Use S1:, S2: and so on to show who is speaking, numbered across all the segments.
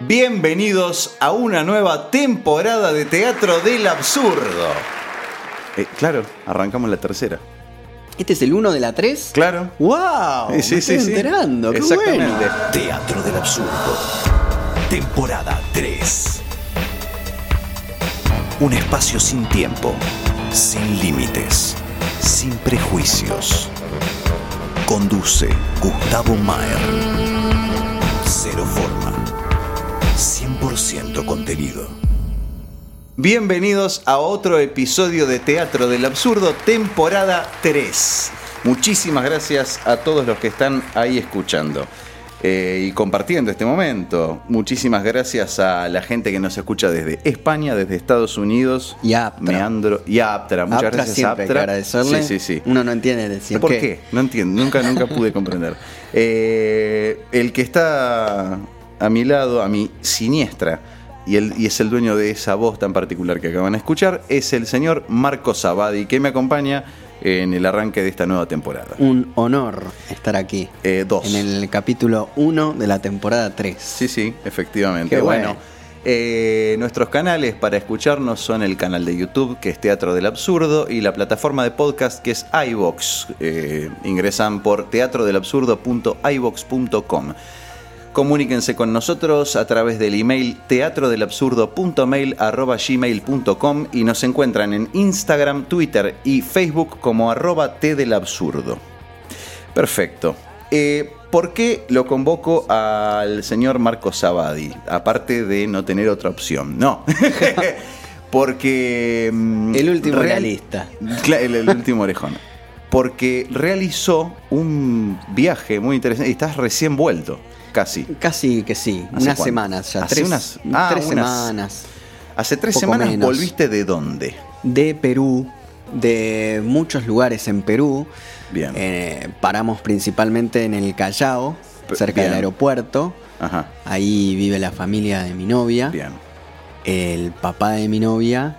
S1: Bienvenidos a una nueva temporada de Teatro del Absurdo. Eh, claro, arrancamos la tercera.
S2: ¿Este es el 1 de la 3?
S1: Claro.
S2: ¡Wow!
S1: Sí, sí,
S2: Ah, me estoy
S1: sí, sí.
S2: enterando, qué
S1: Exactamente.
S2: bueno.
S3: Teatro del Absurdo. Temporada 3. Un espacio sin tiempo, sin límites, sin prejuicios. Conduce Gustavo Mayer. Cero forma. 100% contenido.
S1: Bienvenidos a otro episodio de Teatro del Absurdo, temporada 3. Muchísimas gracias a todos los que están ahí escuchando eh, y compartiendo este momento. Muchísimas gracias a la gente que nos escucha desde España, desde Estados Unidos.
S2: Y a Aptra.
S1: Meandro y a Aptra. Muchas
S2: Aptra
S1: gracias a
S2: siempre hay que
S1: Aptra.
S2: agradecerle.
S1: Sí, sí, sí.
S2: Uno no entiende decir
S1: ¿Por qué? No entiendo, nunca, nunca pude comprender. Eh, el que está a mi lado, a mi siniestra, y, el- y es el dueño de esa voz tan particular que acaban de escuchar, es el señor Marco Sabadi, que me acompaña en el arranque de esta nueva temporada.
S2: Un honor estar aquí.
S1: Eh, dos.
S2: En el capítulo 1 de la temporada 3.
S1: Sí, sí, efectivamente.
S2: Qué
S1: bueno.
S2: bueno.
S1: eh, nuestros canales para escucharnos son el canal de YouTube, que es Teatro del Absurdo, y la plataforma de podcast, que es iVox. Eh, ingresan por teatrodelabsurdo.ivox.com. Comuníquense con nosotros a través del email teatrodelabsurdo.mail.gmail.com y nos encuentran en Instagram, Twitter y Facebook como arroba T del Absurdo. Perfecto. Eh, ¿Por qué lo convoco al señor Marco Sabadi? Aparte de no tener otra opción. No. Porque. mm,
S2: El último de la
S1: real-
S2: lista.
S1: Cla- El, el último orejón. Porque realizó un viaje muy interesante. Y estás recién vuelto, casi.
S2: Casi que sí,
S1: ¿Hace
S2: unas
S1: cuánto?
S2: semanas ya.
S1: Hace
S2: tres
S1: unas- ah,
S2: tres
S1: unas-
S2: semanas.
S1: Hace tres
S2: Poco
S1: semanas
S2: menos.
S1: volviste de dónde?
S2: de Perú, de muchos lugares en Perú.
S1: Bien.
S2: Eh, paramos principalmente en el Callao,
S1: Pe-
S2: cerca
S1: bien.
S2: del aeropuerto.
S1: Ajá.
S2: Ahí vive la familia de mi novia.
S1: Bien.
S2: El papá de mi novia,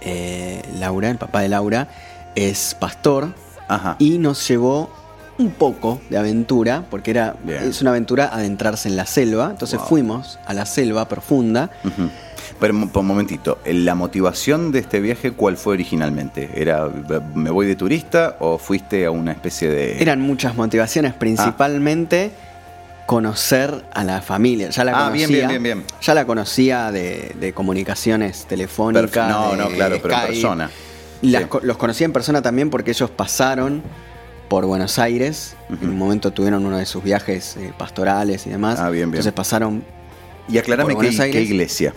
S2: eh, Laura, el papá de Laura, es pastor
S1: Ajá.
S2: y nos llevó un poco de aventura, porque era,
S1: Bien.
S2: es una aventura adentrarse en la selva. Entonces
S1: Wow.
S2: fuimos a la selva profunda.
S1: Ujú. Pero mo- por un momentito, eh, ¿la motivación de este viaje cuál fue originalmente? ¿Era b- me voy de turista o fuiste a una especie de...
S2: Eran muchas motivaciones,
S1: Ah.
S2: principalmente conocer a la familia. Ya la
S1: Ah,
S2: conocía,
S1: bien, bien, bien, bien.
S2: Ya la conocía de, de comunicaciones telefónicas.
S1: Perf- no,
S2: de
S1: no, claro, pero en
S2: Skype.
S1: persona.
S2: Las
S1: Sí.
S2: co- Los conocía en persona también porque ellos pasaron por Buenos Aires. En un momento tuvieron uno de sus viajes eh, pastorales y demás.
S1: Ah, bien, bien.
S2: Entonces pasaron.
S1: Y aclarame
S2: por
S1: qué,
S2: Buenos
S1: qué
S2: Aires.
S1: iglesia.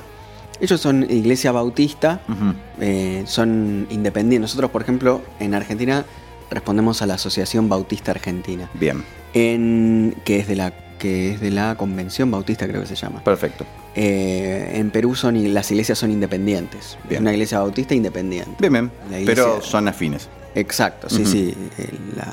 S2: Ellos son iglesia bautista,
S1: Ujú.
S2: eh, son independientes. Nosotros, por ejemplo, en Argentina respondemos a la Asociación Bautista Argentina.
S1: Bien,
S2: en que es de la que es de la Convención Bautista creo que se llama.
S1: perfecto.
S2: Eh, en Perú son y las iglesias son independientes. Es
S1: Bien.
S2: Una iglesia bautista independiente.
S1: Bien, bien.
S2: La iglesia-
S1: Pero son afines.
S2: Exacto, sí,
S1: Ujú.
S2: sí. eh, La,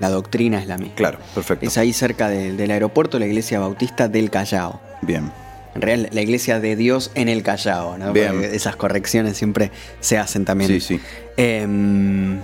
S2: la doctrina es la misma.
S1: Claro, perfecto.
S2: Es ahí cerca de- del aeropuerto la iglesia bautista del Callao.
S1: Bien.
S2: En realidad la iglesia de Dios en el Callao, ¿no?
S1: Bien.
S2: Porque esas correcciones siempre se hacen también.
S1: Sí, sí.
S2: Em,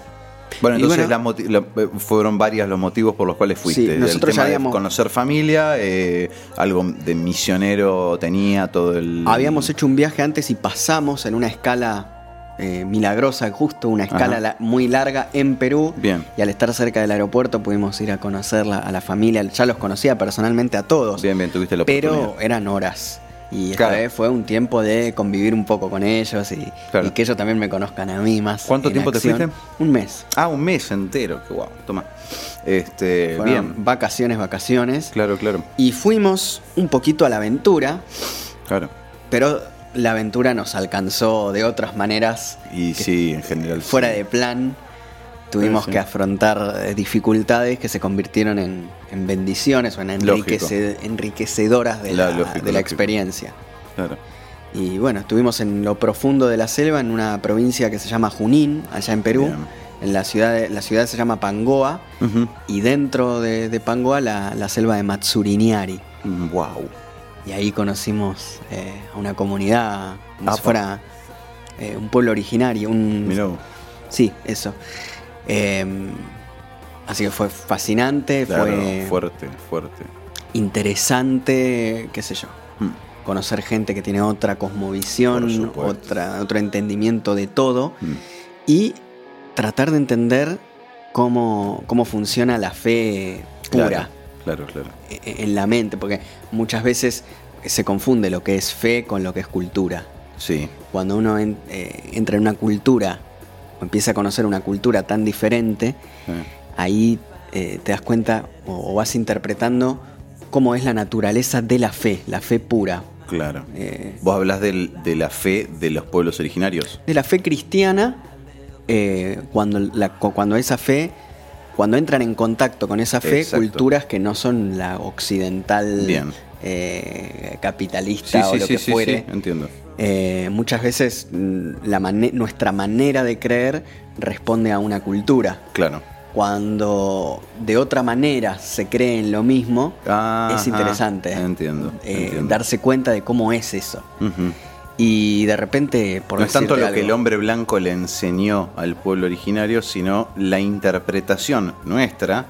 S1: Bueno,
S2: Y
S1: entonces
S2: bueno-
S1: la moti- la- eh, fueron varios los motivos por los cuales fuiste.
S2: Sí,
S1: Del
S2: nosotros
S1: tema
S2: ya
S1: de
S2: habíamos-
S1: conocer familia, eh, algo de misionero tenía todo el...
S2: Habíamos hecho un viaje antes y pasamos en una escala eh, milagrosa, justo una
S1: Ajá.
S2: escala la- muy larga en Perú.
S1: Bien.
S2: Y al estar cerca del aeropuerto pudimos ir a conocerla a la familia. Ya los conocía personalmente a todos.
S1: Bien, bien, tuviste la
S2: pero
S1: oportunidad.
S2: eran horas. Y esta
S1: Claro.
S2: vez fue un tiempo de convivir un poco con ellos y,
S1: Claro.
S2: y que ellos también me conozcan a mí más.
S1: ¿Cuánto
S2: en
S1: tiempo te
S2: acción.
S1: fuiste?
S2: Un mes.
S1: Ah, un mes entero, qué guau, toma. Este,
S2: Fueron
S1: bien,
S2: Vacaciones, vacaciones.
S1: claro, claro,
S2: Y fuimos un poquito a la aventura.
S1: claro.
S2: Pero la aventura nos alcanzó de otras maneras.
S1: Y
S2: que
S1: sí, en general.
S2: Fuera
S1: sí.
S2: de plan, tuvimos
S1: Sí, sí.
S2: que afrontar eh, dificultades que se convirtieron en, en bendiciones o en enriquece- enriquecedoras de
S1: La-
S2: la,
S1: lógico,
S2: de la
S1: lógico.
S2: experiencia.
S1: Claro.
S2: Y bueno, estuvimos en lo profundo de la selva, en una provincia que se llama Junín, allá en Perú.
S1: Bien.
S2: En la ciudad, de- la ciudad se llama Pangoa.
S1: Ujú.
S2: Y dentro de, de Pangoa, la, la selva de Matsuriniari.
S1: Mm, Guau.
S2: Y ahí conocimos eh, a una comunidad, como
S1: Apa.
S2: si fuera eh, un pueblo originario, un...
S1: Mirá vos.
S2: Sí, eso. Eh, así que fue fascinante,
S1: Claro,
S2: fue
S1: fuerte, fuerte.
S2: interesante, qué sé yo.
S1: Mm.
S2: conocer gente que tiene otra
S1: Por
S2: cosmovisión,
S1: supuesto.
S2: otra, otro entendimiento de todo
S1: Mm.
S2: y tratar de entender cómo, cómo funciona la fe pura
S1: Claro, claro.
S2: e- e- en la mente, porque muchas veces se confunde lo que es fe con lo que es cultura.
S1: Sí,
S2: Cuando uno en- eh, entra en una cultura o empieza a conocer una cultura tan diferente,
S1: eh,
S2: ahí eh, te das cuenta o, o vas interpretando cómo es la naturaleza de la fe, la fe pura.
S1: claro.
S2: Eh,
S1: Vos hablas del- de la fe de los pueblos originarios.
S2: de la fe cristiana, eh, cuando, la- cu- cuando esa fe, cuando entran en contacto con esa fe,
S1: Exacto.
S2: culturas que no son la occidental
S1: Bien.
S2: eh, capitalista o lo que fuere.
S1: entiendo.
S2: Eh, muchas veces mm, la mane- nuestra manera de creer responde a una cultura.
S1: Claro.
S2: Cuando de otra manera se cree en lo mismo,
S1: Ajá,
S2: es interesante
S1: entiendo,
S2: eh,
S1: entiendo.
S2: darse cuenta de cómo es eso.
S1: Ujú.
S2: Y de repente, por
S1: no es tanto
S2: decirte
S1: lo que
S2: algo,
S1: el hombre blanco le enseñó al pueblo originario, sino la interpretación nuestra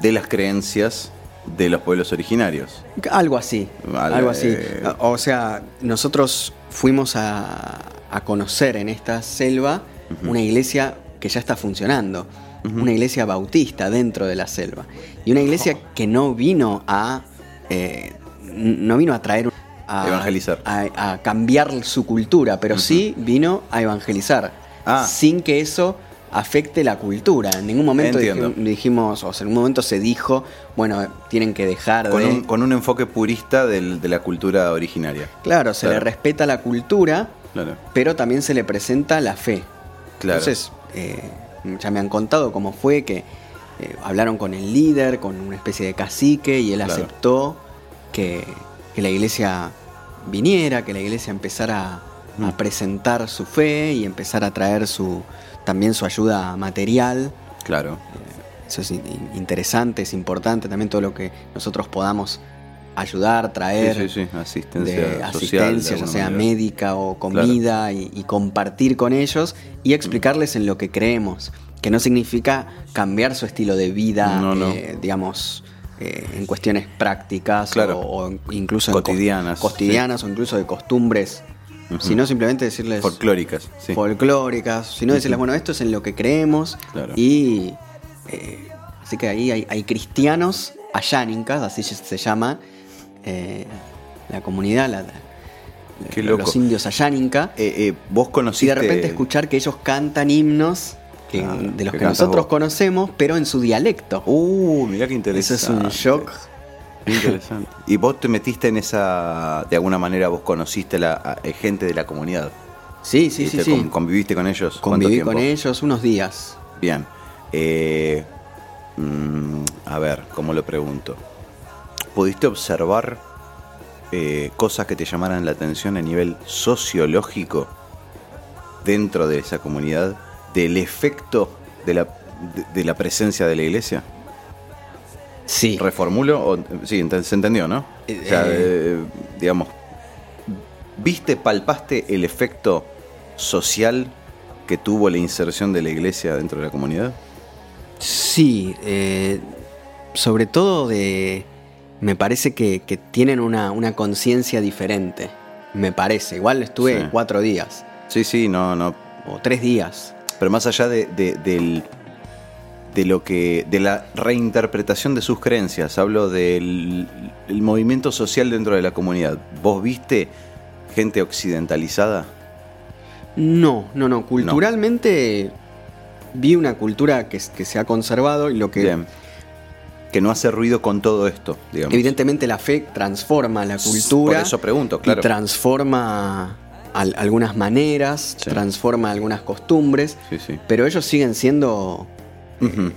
S1: de las creencias de los pueblos originarios.
S2: Algo así.
S1: Vale.
S2: Algo así. O sea, nosotros fuimos a, a conocer en esta selva una iglesia que ya está funcionando. Una iglesia bautista dentro de la selva. Y una iglesia
S1: Oh.
S2: que no vino a. eh, n- no vino a traer. A,
S1: Evangelizar.
S2: A, a cambiar su cultura, pero sí vino a evangelizar.
S1: Ah.
S2: Sin que eso afecte la cultura. En ningún momento dij-
S1: Entiendo.
S2: dijimos, o sea, en ningún momento se dijo, bueno, tienen que dejar
S1: Con
S2: de.
S1: un, con un enfoque purista del- de la cultura originaria.
S2: Claro, se
S1: Claro.
S2: le respeta la cultura,
S1: Claro.
S2: pero también se le presenta la fe.
S1: Claro.
S2: Entonces, eh, ya me han contado cómo fue que eh, hablaron con el líder, con una especie de cacique, y él
S1: Claro.
S2: aceptó que, que la iglesia viniera, que la iglesia empezara a,
S1: Mm.
S2: a presentar su fe y empezar a traer su también su ayuda material.
S1: Claro.
S2: Eso es in- in- interesante, es importante también todo lo que nosotros podamos ayudar, traer
S1: Sí, sí, sí. Asistencia
S2: Eh, de
S1: social. de
S2: asistencia, ya
S1: alguna
S2: sea
S1: manera.
S2: médica o comida, y, y compartir con ellos
S1: Mm.
S2: y explicarles en lo que creemos, que no significa cambiar su estilo de vida,
S1: No, no.
S2: eh, digamos, eh, en cuestiones prácticas
S1: Claro.
S2: o, o en- incluso en cos-
S1: Cotidianas,
S2: cotidianas o incluso de costumbres, sino simplemente decirles
S1: Folclóricas. Sí.
S2: folclóricas, sino decirles, bueno, esto es en lo que creemos
S1: Claro.
S2: y eh, así que ahí hay, hay cristianos ayánicas, así se- se llama eh, la comunidad, la- la-
S1: Qué
S2: los
S1: loco.
S2: indios ayánica,
S1: Eh, eh, vos
S2: y
S1: conociste.
S2: de repente escuchar que ellos cantan himnos que-
S1: Claro,
S2: de los
S1: que
S2: que,
S1: cantas
S2: nosotros
S1: vos.
S2: conocemos, pero en su dialecto.
S1: Uh, mirá qué
S2: Eso
S1: interesante.
S2: es un shock.
S1: Interesante. y vos te metiste en esa. De alguna manera vos conociste la a- eh, gente de la comunidad.
S2: Sí, sí, sí,
S1: ¿Viste?
S2: sí.
S1: Con- ¿Conviviste con ellos? ¿Cuánto
S2: Conviví
S1: tiempo?
S2: con ellos unos días.
S1: Bien. Eh, mm, a ver, ¿cómo lo pregunto? ¿Pudiste observar eh, cosas que te llamaran la atención a nivel sociológico dentro de esa comunidad del efecto de la, de- de la presencia de la iglesia?
S2: Sí.
S1: Reformulo, o- sí, ent- se entendió, ¿no?
S2: Eh,
S1: O sea,
S2: eh.
S1: eh, digamos, ¿viste, palpaste el efecto social que tuvo la inserción de la iglesia dentro de la comunidad?
S2: Sí, eh, sobre todo de... Me parece que, que tienen una, una conciencia diferente. Me parece. Igual estuve
S1: Sí.
S2: cuatro días
S1: Sí, sí, no, no.
S2: o tres días.
S1: Pero más allá de, de- del- de lo que. de la reinterpretación de sus creencias, hablo del el movimiento social dentro de la comunidad. ¿Vos viste gente occidentalizada?
S2: No, no, no. Culturalmente vi una cultura que, que se ha conservado y lo que...
S1: Bien. Que no hace ruido con todo esto, digamos.
S2: Evidentemente la fe transforma la cultura.
S1: Por eso pregunto,
S2: y
S1: claro.
S2: transforma al- algunas maneras,
S1: Sí.
S2: transforma algunas costumbres,
S1: Sí, sí.
S2: pero ellos siguen siendo
S1: Ujú.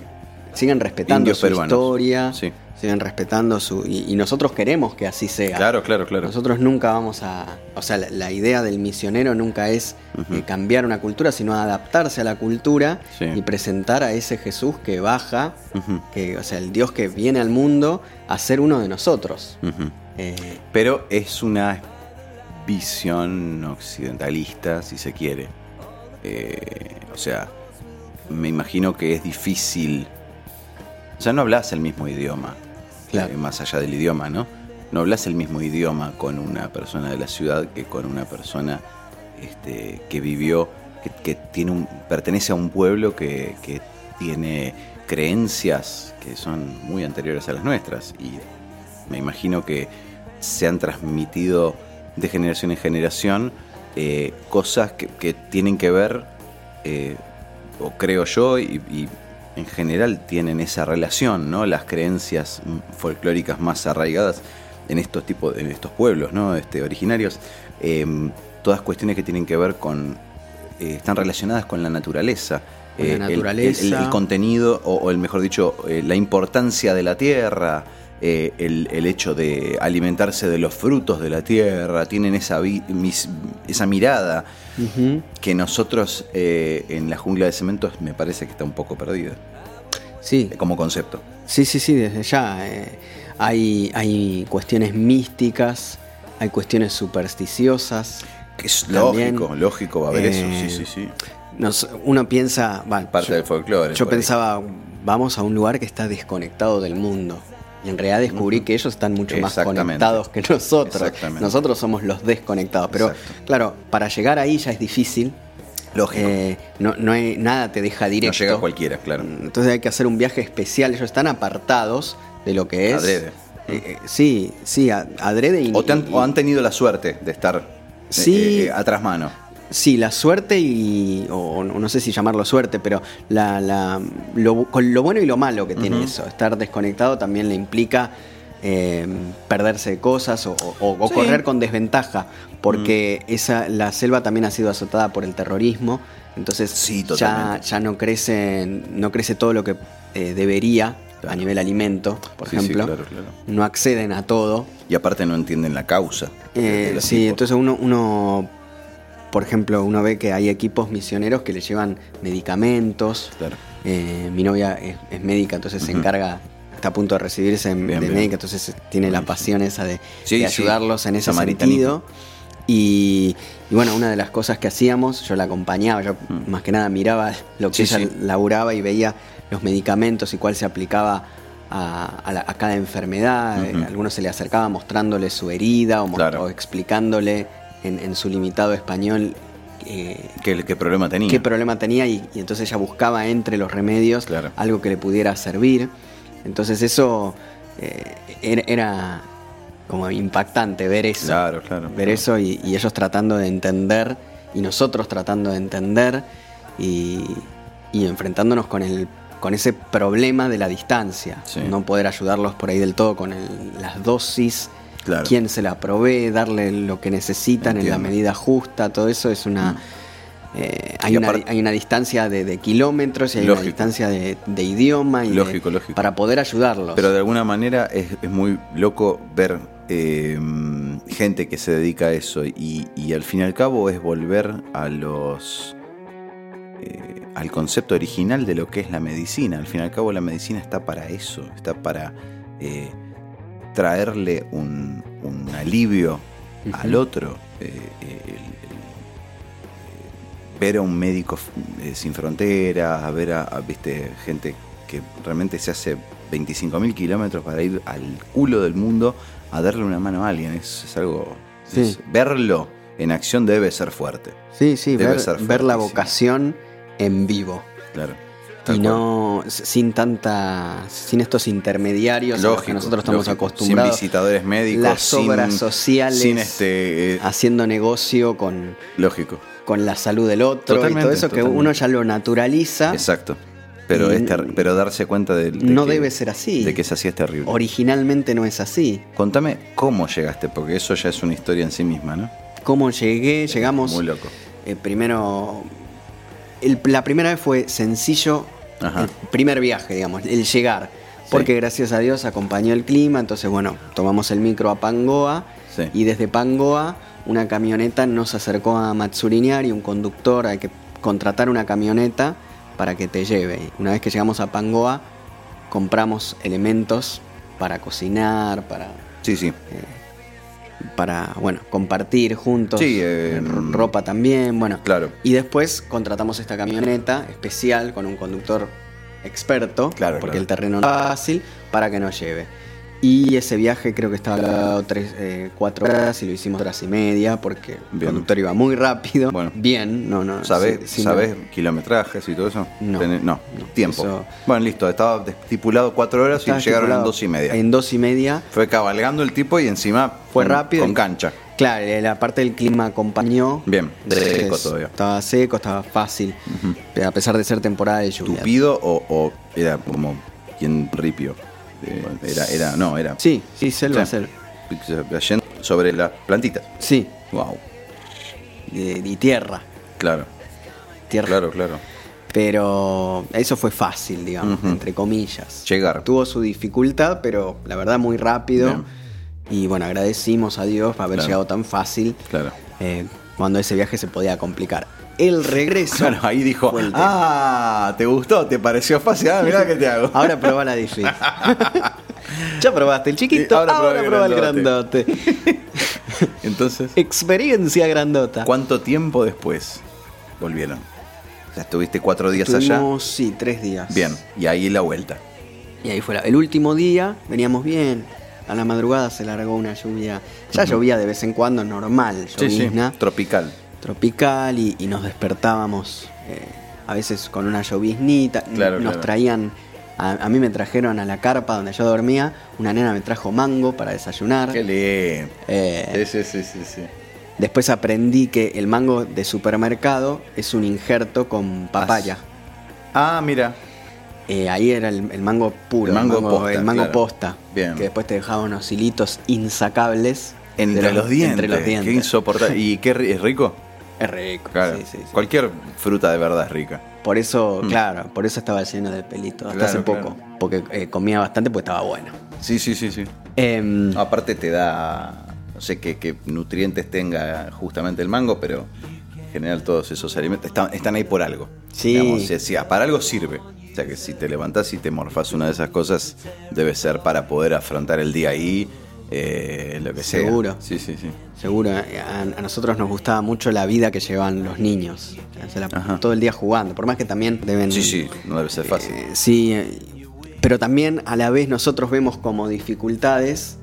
S2: siguen respetando
S1: Indios
S2: su
S1: peruanos.
S2: historia,
S1: Sí.
S2: siguen respetando su... Y, y nosotros queremos que así sea.
S1: Claro, claro, claro.
S2: Nosotros nunca vamos a... O sea, la, la idea del misionero nunca es eh, cambiar una cultura, sino adaptarse a la cultura
S1: Sí.
S2: y presentar a ese Jesús que baja,
S1: Ujú.
S2: que, o sea, el Dios que viene al mundo a ser uno de nosotros.
S1: Ujú.
S2: Eh,
S1: Pero es una visión occidentalista, si se quiere. Eh, o sea, me imagino que es difícil. Ya no hablas el mismo idioma.
S2: Claro.
S1: eh, más allá del idioma, ¿no? no hablas el mismo idioma con una persona de la ciudad que con una persona este, que vivió, que, que tiene un, pertenece a un pueblo que, que tiene creencias que son muy anteriores a las nuestras. Y me imagino que se han transmitido de generación en generación eh, cosas que, que tienen que ver, eh, o creo yo, y, y en general tienen esa relación, ¿no? Las creencias mm, folclóricas más arraigadas en estos tipos, en estos pueblos, ¿no? Este, originarios, em, todas cuestiones que tienen que ver con, eh, están relacionadas con la naturaleza. Eh,
S2: Con
S1: el-
S2: la
S1: el-
S2: naturaleza.
S1: El, el contenido, o, o el mejor dicho, eh, la importancia de la tierra, eh, el, el hecho de alimentarse de los frutos de la tierra, tienen esa, vi- mis- esa mirada
S2: Ujú.
S1: que nosotros eh, en la jungla de cementos me parece que está un poco perdida
S2: Sí,
S1: como concepto.
S2: Sí, sí, sí, desde ya. eh, hay, hay cuestiones místicas, hay cuestiones supersticiosas.
S1: Es
S2: También,
S1: lógico, lógico va a haber
S2: eh,
S1: eso, sí, sí, sí.
S2: Nos- uno piensa, va,
S1: Parte
S2: yo,
S1: del folclore.
S2: yo
S1: por ahí.
S2: pensaba, vamos a un lugar que está desconectado del mundo. Y en realidad descubrí que ellos están mucho más
S1: Exactamente.
S2: conectados que nosotros.
S1: Exactamente.
S2: Nosotros somos los desconectados. Pero
S1: Exacto.
S2: claro, para llegar ahí ya es difícil.
S1: Lógico.
S2: Eh, no, no hay- nada te deja
S1: no
S2: directo.
S1: llega cualquiera, claro.
S2: Entonces hay que hacer un viaje especial. Ellos están apartados de lo que es.
S1: Adrede.
S2: Eh, eh, sí, sí, a- adrede y,
S1: O, te han,
S2: y-
S1: o han tenido la suerte de estar eh,
S2: Sí.
S1: eh, atrás mano.
S2: Sí, la suerte y. O, o no sé si llamarlo suerte, pero la, la- lo, con lo bueno y lo malo que tiene eso. Estar desconectado también le implica eh, perderse de cosas o, o- o
S1: Sí.
S2: correr con desventaja, porque
S1: Mm.
S2: esa, la selva también ha sido azotada por el terrorismo. Entonces
S1: Sí,
S2: ya,
S1: totalmente.
S2: ya no, crece, no crece todo lo que eh, debería a
S1: Claro.
S2: nivel alimento, por
S1: Sí, sí,
S2: ejemplo.
S1: claro, claro.
S2: No acceden a todo.
S1: Y aparte no entienden la causa.
S2: Eh,
S1: de los
S2: sí,
S1: tipos.
S2: entonces uno, uno, por ejemplo, uno ve que hay equipos misioneros que le llevan medicamentos.
S1: Claro.
S2: Eh, mi novia es, es médica, entonces se encarga, está a punto de recibirse en-
S1: Bien,
S2: de
S1: bien.
S2: médica, entonces tiene la pasión esa de,
S1: Sí,
S2: de
S1: sí.
S2: ayudarlos en ese
S1: Samaritanismo.
S2: sentido. Y, y bueno, una de las cosas que hacíamos, yo la acompañaba, yo más que nada miraba lo que
S1: Mm. Sí,
S2: ella
S1: sí.
S2: laburaba y veía los medicamentos y cuál se aplicaba a, a la- a cada enfermedad. Eh,
S1: Ujú.
S2: Algunos se le acercaba mostrándole su herida o, mos-
S1: Claro.
S2: o explicándole en, en su limitado español eh,
S1: ¿Qué, qué problema tenía?
S2: qué problema tenía y, y entonces ella buscaba entre los remedios
S1: Claro.
S2: algo que le pudiera servir. Entonces eso eh, era, era como impactante ver eso.
S1: Claro, claro.
S2: Ver
S1: claro.
S2: eso y, y ellos tratando de entender y nosotros tratando de entender y, y enfrentándonos con el con ese problema de la distancia,
S1: Sí.
S2: no poder ayudarlos por ahí del todo con el- las dosis,
S1: Claro.
S2: quién se la provee, darle lo que necesitan en la
S1: Entiendo. Mm.
S2: medida justa, todo eso es una... eh, hay,
S1: Y
S2: una,
S1: aparte-
S2: hay una distancia de, de kilómetros y hay una
S1: Lógico.
S2: distancia de, de idioma y de-
S1: Lógico, lógico.
S2: para poder ayudarlos.
S1: Pero de alguna manera es, es muy loco ver eh, gente que se dedica a eso y, y al fin y al cabo es volver a los eh, al concepto original de lo que es la medicina. Al fin y al cabo la medicina está para eso, está para eh, traerle un, un alivio
S2: Ujú.
S1: al otro. Eh, eh, el- el- ver a un médico f- eh, sin fronteras, a ver a, a, viste, gente que realmente se hace 25.000 kilómetros para ir al culo del mundo a darle una mano a alguien. Es, es algo...
S2: Sí.
S1: es- verlo en acción debe ser fuerte.
S2: sí, sí,
S1: debe
S2: ver,
S1: ser
S2: ver la
S1: fuertísimo.
S2: vocación en vivo.
S1: Claro. Tal
S2: Y
S1: cual.
S2: no s- sin tanta, sin estos intermediarios a los que
S1: Lógico,
S2: nosotros estamos
S1: lógico.
S2: acostumbrados.
S1: Sin visitadores médicos.
S2: las obras
S1: sin-
S2: sociales. Ah.
S1: Sin este. eh,
S2: haciendo negocio con,
S1: lógico.
S2: con la salud del otro y todo
S1: Totalmente,
S2: eso que
S1: totalmente.
S2: uno ya lo naturaliza.
S1: Exacto. Pero,
S2: Y
S1: es
S2: n-
S1: ter- pero darse cuenta de, de
S2: no
S1: que-
S2: debe ser así.
S1: De que es así es terrible.
S2: Originalmente no es así.
S1: Contame cómo llegaste, porque eso ya es una historia en sí misma, ¿no?
S2: ¿Cómo llegué? Llegamos
S1: Muy loco.
S2: eh, primero. el- la primera vez fue sencillo,
S1: Ajá.
S2: el primer viaje, digamos, el llegar. Porque gracias a Dios acompañó el clima, entonces bueno, tomamos el micro a Pangoa
S1: Sí.
S2: y desde Pangoa una camioneta nos acercó a Matsuriniari, un conductor, hay que contratar una camioneta para que te lleve. Una vez que llegamos a Pangoa, compramos elementos para cocinar, para
S1: Sí, sí.
S2: para, bueno, compartir juntos.
S1: Sí, eh,
S2: r- ropa también, bueno.
S1: Claro.
S2: Y después contratamos esta camioneta especial con un conductor experto,
S1: Claro,
S2: porque
S1: claro.
S2: el terreno no es fácil, para que nos lleve. Y ese viaje creo que estaba hablado tres, eh, cuatro horas y lo hicimos horas y media porque el
S1: Bien.
S2: conductor iba muy rápido.
S1: Bueno.
S2: Bien, no, no.
S1: ¿Sabés,
S2: Ah, sí, sí,
S1: sabés
S2: no.
S1: kilometrajes y todo eso?
S2: No.
S1: Tenés- no,
S2: No,
S1: tiempo.
S2: eso-
S1: Bueno, listo, estaba estipulado cuatro horas
S2: Estaba
S1: y llegaron en
S2: estipulado
S1: dos y media.
S2: En dos y media.
S1: Fue cabalgando el tipo y encima
S2: Fue
S1: con-
S2: rápido.
S1: Con cancha.
S2: Claro, eh, la parte del clima acompañó.
S1: Bien,
S2: Entonces,
S1: seco todavía.
S2: Estaba seco, estaba fácil. A pesar de ser temporada de lluvia.
S1: ¿Tupido o, o era como quien ripio? Eh, Era, era, no, era.
S2: Sí, sí, selva,
S1: Sí.
S2: selva.
S1: Cayendo sobre las plantitas.
S2: Sí,
S1: Wow.
S2: y, y tierra.
S1: Claro,
S2: Tierra.
S1: claro, claro.
S2: Pero eso fue fácil, digamos,
S1: Ujú.
S2: entre comillas.
S1: Llegar.
S2: Tuvo su dificultad, pero la verdad muy rápido.
S1: Bien.
S2: Y bueno, agradecimos a Dios por haber
S1: Claro.
S2: llegado tan fácil.
S1: Claro.
S2: eh, cuando ese viaje se podía complicar. El regreso.
S1: Claro, ahí dijo,
S2: fue el tema.
S1: ah, ¿te gustó? ¿Te pareció fácil? Ah, mirá que te hago.
S2: Ahora probá la difícil. ya probaste el
S1: Y
S2: chiquito,
S1: ahora probá
S2: ahora,
S1: el
S2: probá el
S1: grandote.
S2: grandote.
S1: Entonces,
S2: Experiencia grandota.
S1: Ah. ¿cuánto tiempo después volvieron? O sea, estuviste cuatro días
S2: Estuvimos, Sí, tres días.
S1: allá. Bien, y ahí la vuelta.
S2: Y ahí fue la- el último día, veníamos bien. A la madrugada se largó una lluvia. Ya llovía de vez en cuando, normal, llovizna,
S1: Tropical.
S2: tropical, y, y nos despertábamos eh, a veces con una lloviznita. N-
S1: Claro,
S2: nos
S1: claro.
S2: traían, a, a mí me trajeron a la carpa donde yo dormía, una nena me trajo mango para desayunar.
S1: Qué lindo.
S2: Eh,
S1: Sí, sí, sí, sí, sí.
S2: Después aprendí que el mango de supermercado es un injerto con papaya.
S1: Ah, mira.
S2: Eh, ahí era el, el mango puro,
S1: El mango posta,
S2: el mango
S1: claro.
S2: posta,
S1: Bien.
S2: que después te dejaba unos hilitos insacables
S1: Entre
S2: de
S1: los, dientes.
S2: Entre los dientes.
S1: Qué insoportable. ¿Y qué ri- es rico?
S2: Es rico.
S1: Claro.
S2: sí, sí, sí.
S1: Cualquier fruta de verdad es rica.
S2: Por eso,
S1: Mm.
S2: claro, por eso estaba lleno de pelitos hasta
S1: Claro,
S2: hace poco,
S1: claro.
S2: porque eh, comía bastante, pues estaba bueno.
S1: Sí, sí, sí, sí.
S2: Em,
S1: Aparte te da, no sé qué, qué nutrientes tenga justamente el mango, pero en general todos esos alimentos están, están ahí por algo.
S2: Sí.
S1: Digamos, si- si- para algo sirve. O sea que si te levantás y te morfás una de esas cosas, debe ser para poder afrontar el día ahí, eh, lo que sea.
S2: Seguro.
S1: Sí, sí, sí.
S2: Seguro, eh, a, a nosotros nos gustaba mucho la vida que llevan los niños, Se la-
S1: Ajá.
S2: todo el día jugando, por más que también deben...
S1: Sí, sí, no debe ser fácil.
S2: Eh, sí, eh, pero también a la vez nosotros vemos como dificultades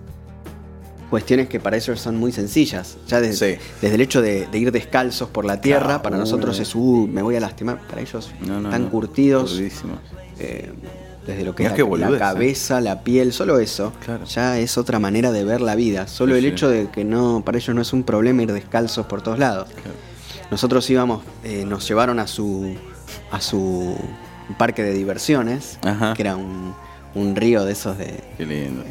S2: cuestiones que para ellos son muy sencillas. Ya desde,
S1: Sí.
S2: desde el hecho de, de ir descalzos por la tierra,
S1: Claro.
S2: para nosotros es, uh, me voy a lastimar. Para ellos,
S1: No, no,
S2: están
S1: no.
S2: curtidos
S1: Curtidísimos.
S2: eh, desde lo que
S1: Mirá
S2: es la,
S1: qué boludez,
S2: la
S1: eh.
S2: cabeza, la piel, solo eso.
S1: Claro.
S2: Ya es otra manera de ver la vida. Solo
S1: Sí,
S2: el
S1: sí.
S2: hecho de que no para ellos no es un problema ir descalzos por todos lados.
S1: Claro.
S2: Nosotros íbamos, eh, nos llevaron a su, a su parque de diversiones,
S1: Ajá.
S2: que era un, un río de esos de...
S1: Qué lindo.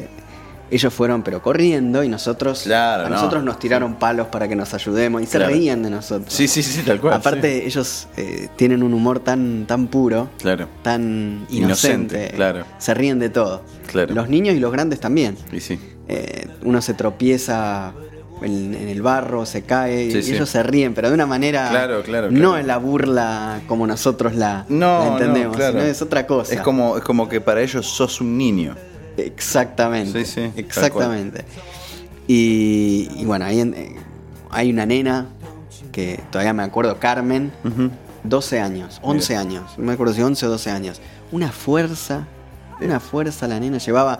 S2: Ellos fueron pero corriendo y nosotros,
S1: Claro,
S2: a
S1: no.
S2: nosotros nos tiraron palos para que nos ayudemos y se
S1: Claro.
S2: reían de nosotros.
S1: Sí, sí, sí, tal cual.
S2: Aparte
S1: sí.
S2: ellos eh, tienen un humor tan, tan puro,
S1: Claro.
S2: tan
S1: Inocente,
S2: inocente,
S1: claro.
S2: se ríen de todo.
S1: Claro.
S2: Los niños y los grandes también.
S1: Y sí.
S2: Eh, uno se tropieza en, en el barro, se cae,
S1: Sí,
S2: y
S1: sí.
S2: ellos se ríen, pero de una manera.
S1: Claro, claro,
S2: No
S1: claro.
S2: es la burla como nosotros la, la entendemos,
S1: claro.
S2: sino es otra cosa.
S1: Es como, es como que para ellos sos un niño.
S2: Exactamente.
S1: Sí, sí, tal
S2: Exactamente. Y, y bueno, ahí en- eh, hay una nena que todavía me acuerdo, Carmen, 12 años, 11 años, no me acuerdo si 11 o 12 años. Una fuerza, una fuerza la nena llevaba.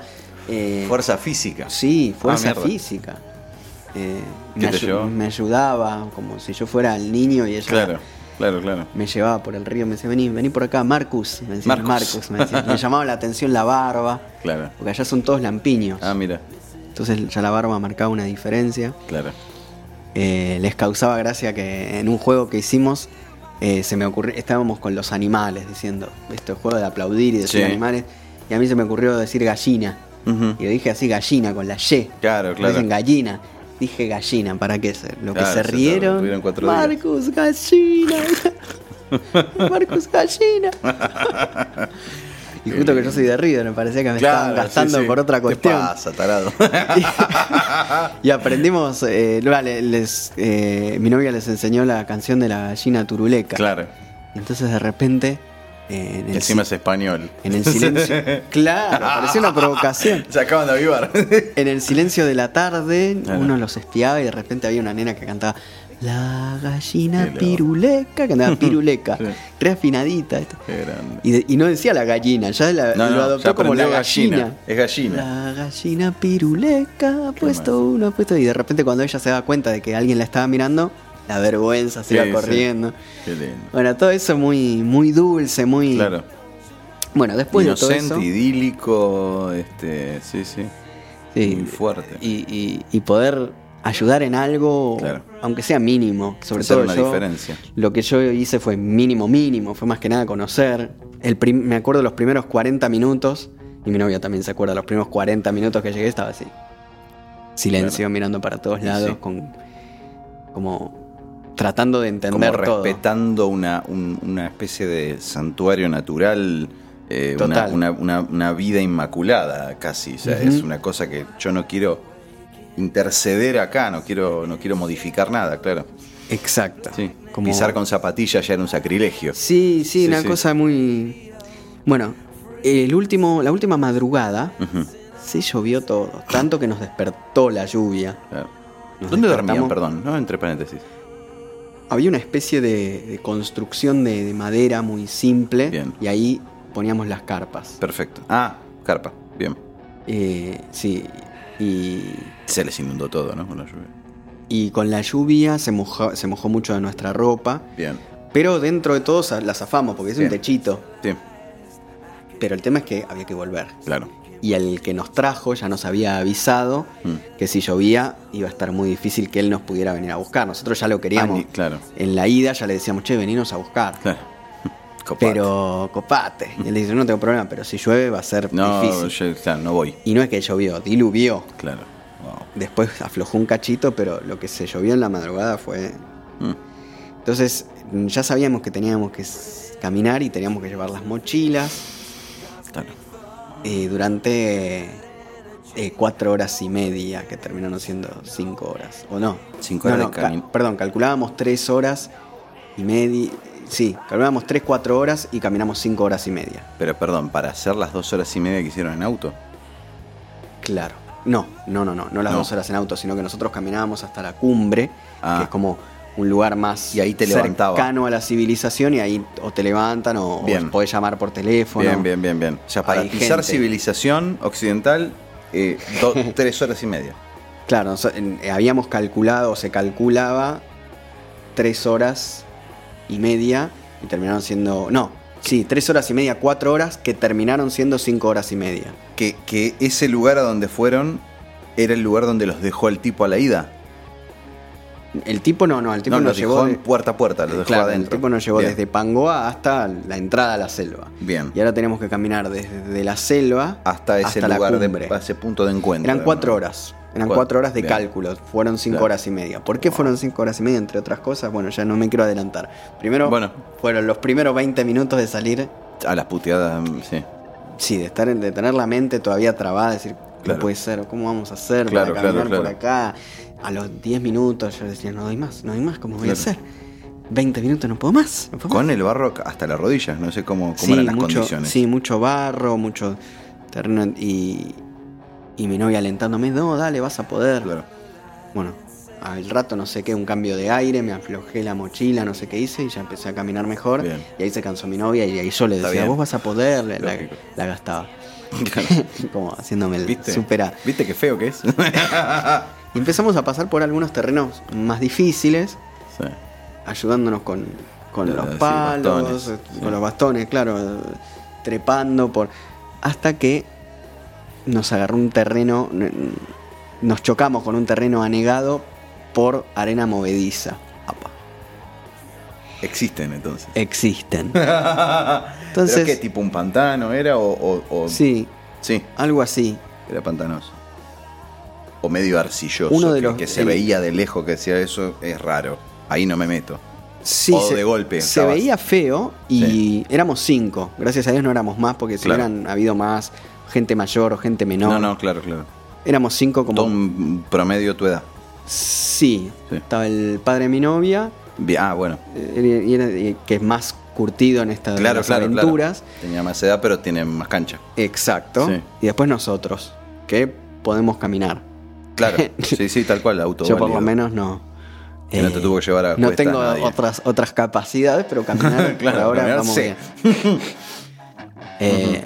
S2: eh,
S1: Fuerza física.
S2: Sí,
S1: Ah,
S2: fuerza
S1: mierda.
S2: física. Eh,
S1: ¿Qué
S2: me,
S1: te
S2: ayu-
S1: llevó?
S2: me ayudaba, como si yo fuera el niño y ella
S1: Claro, claro, claro.
S2: me llevaba por el río, me decía, vení, vení por acá, Marcus. Me decía,
S1: Marcus.
S2: Marcus, me, decía. Me llamaba la atención la barba,
S1: Claro.
S2: porque allá son todos lampiños.
S1: Ah, mira,
S2: Entonces ya la barba marcaba una diferencia.
S1: claro.
S2: Eh, les causaba gracia que en un juego que hicimos eh, se me ocurrió, estábamos con los animales diciendo, esto es juego de aplaudir y decir
S1: Sí. Mm.
S2: animales, y a mí se me ocurrió decir gallina.
S1: Ujú.
S2: Y lo dije así, gallina, con la Y.
S1: Claro,
S2: No
S1: claro.
S2: Dicen gallina. Dije gallina, ¿para qué? Se-
S1: Claro,
S2: Lo que
S1: se
S2: se
S1: te
S2: rieron.
S1: retuvieron cuatro días.
S2: Marcus, gallina. Marcus, gallina. y justo que yo soy de Río, me parecía que me estaban gastando por otra cuestión.
S1: ¿Qué pasa, tarado?
S2: Y aprendimos, eh, no, vale, les, eh, mi novia les enseñó la canción de la gallina turuleca.
S1: claro.
S2: Entonces de repente en el,
S1: Encima
S2: si-
S1: es español.
S2: en el silencio. claro, parecía una provocación.
S1: Se acaban de avivar.
S2: En el silencio de la tarde,
S1: Claro.
S2: uno los espiaba y de repente había una nena que cantaba La
S1: Qué
S2: gallina
S1: loco.
S2: piruleca, que andaba piruleca,
S1: Sí.
S2: re afinadita. esto.
S1: Qué grande.
S2: Y, de- y no decía la gallina, ya la-
S1: No,
S2: lo
S1: no,
S2: adoptó
S1: ya
S2: como la
S1: aprendió
S2: gallina.
S1: gallina. Es gallina.
S2: La gallina piruleca, ha puesto
S1: mal.
S2: uno, ha puesto. Y de repente, cuando ella se da cuenta de que alguien la estaba mirando, la vergüenza se
S1: Sí,
S2: iba
S1: sí.
S2: corriendo.
S1: Qué lindo.
S2: Bueno, todo eso muy, muy dulce, muy.
S1: Claro.
S2: Bueno, después de
S1: Inocente,
S2: todo eso.
S1: idílico, este, sí, sí.
S2: sí,
S1: Muy fuerte.
S2: Y, y- y poder ayudar en algo,
S1: Claro.
S2: aunque sea mínimo. Sobre
S1: Hacer
S2: todo
S1: una
S2: yo,
S1: diferencia.
S2: Lo que yo hice fue mínimo, mínimo, fue más que nada conocer. El prim- me acuerdo los primeros 40 minutos, y mi novia también se acuerda, los primeros 40 minutos que llegué estaba así. Silencio, mirando para todos
S1: Y
S2: lados,
S1: sí.
S2: con como tratando de
S1: Como
S2: entender todo.
S1: respetando una, un- una especie de santuario natural, eh, una,
S2: Total.
S1: una- una- una vida inmaculada casi. O sea,
S2: Ujú.
S1: Es una cosa que yo no quiero interceder acá, no quiero, no quiero modificar nada, claro.
S2: Exacto.
S1: Sí.
S2: Como-
S1: Pisar con zapatillas ya era un sacrilegio.
S2: Sí, sí,
S1: Sí,
S2: una
S1: sí.
S2: cosa muy. Bueno, el último, la última madrugada
S1: Ujú,
S2: se llovió todo, tanto que nos despertó la lluvia.
S1: claro.
S2: Nos
S1: ¿Dónde dormían?
S2: despertamos.
S1: Perdón, no entre paréntesis.
S2: Había una especie de, de construcción de, de madera muy simple
S1: Bien.
S2: y ahí poníamos las carpas.
S1: Perfecto. Ah, carpa. Bien.
S2: Eh, sí, y,
S1: Se les inundó todo, ¿no? Con la lluvia.
S2: y con la lluvia se mojó, se mojó mucho de nuestra ropa,
S1: Bien.
S2: pero dentro de todo sa- la zafamos porque es
S1: Bien.
S2: un techito.
S1: Sí,
S2: Pero el tema es que había que volver.
S1: claro.
S2: Y el que nos trajo ya nos había avisado
S1: Mm.
S2: que si llovía iba a estar muy difícil que él nos pudiera venir a buscar. Nosotros ya lo queríamos.
S1: Ah, ni- claro.
S2: En la ida ya le decíamos, che, veninos a buscar.
S1: Claro. Copate.
S2: Pero copate. Y él dice, no tengo problema, pero si llueve va a ser
S1: No,
S2: difícil.
S1: yo, claro, no voy.
S2: Y no es que llovió, diluvió.
S1: Claro. Wow.
S2: Después aflojó un cachito, pero lo que se llovió en la madrugada fue...
S1: Mm.
S2: Entonces mm, ya sabíamos que teníamos que s- caminar y teníamos que llevar las mochilas
S1: Claro.
S2: eh, durante eh, cuatro horas y media, que terminaron siendo cinco horas, ¿o no?
S1: Cinco
S2: No,
S1: horas
S2: no,
S1: de
S2: ca-
S1: cami-
S2: Perdón, calculábamos tres horas y media... Sí, calculábamos tres, cuatro horas y caminamos cinco horas y media.
S1: Pero perdón, para hacer las dos horas y media que hicieron en auto.
S2: Claro. No, no, no, no, no las
S1: No.
S2: dos horas en auto, sino que nosotros caminábamos hasta la cumbre,
S1: Ah.
S2: que es como un lugar más
S1: Y ahí te levantaba.
S2: cercano a la civilización y ahí o te levantan o, o
S1: Bien.
S2: podés llamar por teléfono.
S1: Bien, bien, bien, bien. O sea, para
S2: Hay
S1: pisar
S2: gente.
S1: civilización occidental, eh, do- tres horas y media.
S2: Claro, nos- en- eh, habíamos calculado o se calculaba tres horas y media y terminaron siendo... No, sí, tres horas y media, cuatro horas que terminaron siendo cinco horas y media.
S1: Que, que ese lugar a donde fueron era el lugar donde los dejó el tipo a la ida.
S2: El tipo no, no, el tipo
S1: no,
S2: nos
S1: los
S2: llevó...
S1: dejó
S2: de-
S1: en puerta a puerta, los dejó
S2: Claro, el
S1: adentro.
S2: tipo nos llevó
S1: Bien,
S2: desde Pangoa hasta la entrada a la selva.
S1: Bien.
S2: Y ahora tenemos que caminar desde la selva
S1: Hasta ese
S2: la
S1: lugar, de-
S2: cumbre.
S1: a ese punto de encuentro.
S2: Eran
S1: ¿no?
S2: cuatro horas. Eran
S1: Cuatro,
S2: cuatro horas de
S1: bien.
S2: cálculo. Fueron cinco
S1: Claro.
S2: horas y media. ¿Por qué fueron cinco horas y media? Entre otras cosas, bueno, ya no me quiero adelantar. Primero,
S1: Bueno.
S2: fueron los primeros 20 minutos de salir.
S1: A las puteadas, sí.
S2: Sí, de estar en- de tener la mente todavía trabada, decir,
S1: Claro.
S2: no puede ser, ¿cómo vamos a hacer
S1: Claro,
S2: para caminar
S1: claro,
S2: por acá? A los 10 minutos yo decía, no doy más, no doy más, ¿cómo voy a
S1: Claro.
S2: hacer? 20 minutos, no puedo más. No puedo más.
S1: Con el barro hasta las rodillas, no sé cómo, cómo eran las
S2: mucho,
S1: condiciones.
S2: Sí, mucho barro, mucho terreno y, y mi novia alentándome, no, dale, vas a poder.
S1: Claro.
S2: Bueno, al rato no sé qué, un cambio de aire, me aflojé la mochila, no sé qué hice y ya empecé a caminar mejor.
S1: Bien.
S2: Y ahí se cansó mi novia y ahí yo le
S1: Está
S2: decía,
S1: bien.
S2: vos vas a poder, la, la-
S1: Lógico.
S2: la gastaba.
S1: Claro.
S2: Como haciéndome el
S1: ¿Viste?
S2: supera.
S1: ¿Viste qué feo que es?
S2: Y empezamos a pasar por algunos terrenos más difíciles.
S1: Sí.
S2: ayudándonos con, con
S1: Eh,
S2: los
S1: sí,
S2: palos,
S1: bastones,
S2: eh,
S1: sí.
S2: con los bastones, claro, eh, trepando por. hasta que nos agarró un terreno, n- n- nos chocamos con un terreno anegado por arena movediza. Apa.
S1: Existen entonces.
S2: Existen.
S1: Entonces,
S2: Entonces-
S1: ¿Pero qué tipo un pantano era o, o- o-
S2: Sí,
S1: Sí,
S2: algo así.
S1: era pantanoso. O medio arcilloso,
S2: Uno de
S1: que,
S2: los-
S1: que se
S2: el-
S1: veía de lejos que decía eso es raro. Ahí no me meto.
S2: Sí,
S1: O de golpe,
S2: Se
S1: estabas.
S2: veía feo y
S1: Sí.
S2: éramos cinco. Gracias a Dios no éramos más porque si
S1: Claro.
S2: hubieran habido más gente mayor o gente menor.
S1: No, no, claro, claro.
S2: Éramos cinco como.
S1: Todo un promedio tu edad.
S2: Sí,
S1: Sí.
S2: estaba el padre de mi novia,
S1: Bien, Ah, bueno.
S2: eh, y era- y que es más curtido en estas
S1: Claro,
S2: las
S1: claro, claro.
S2: aventuras.
S1: Tenía más edad, pero tiene más cancha.
S2: Exacto.
S1: Sí.
S2: Y después nosotros, que podemos caminar.
S1: Claro, sí, sí, tal cual, auto.
S2: Yo por lo
S1: válido.
S2: menos no. Eh,
S1: Que no te tuvo que llevar a
S2: No
S1: cuestas
S2: tengo
S1: nadie.
S2: otras, otras capacidades, pero
S1: Claro,
S2: caminar por ahora
S1: caminar
S2: vamos
S1: sí.
S2: bien. Eh,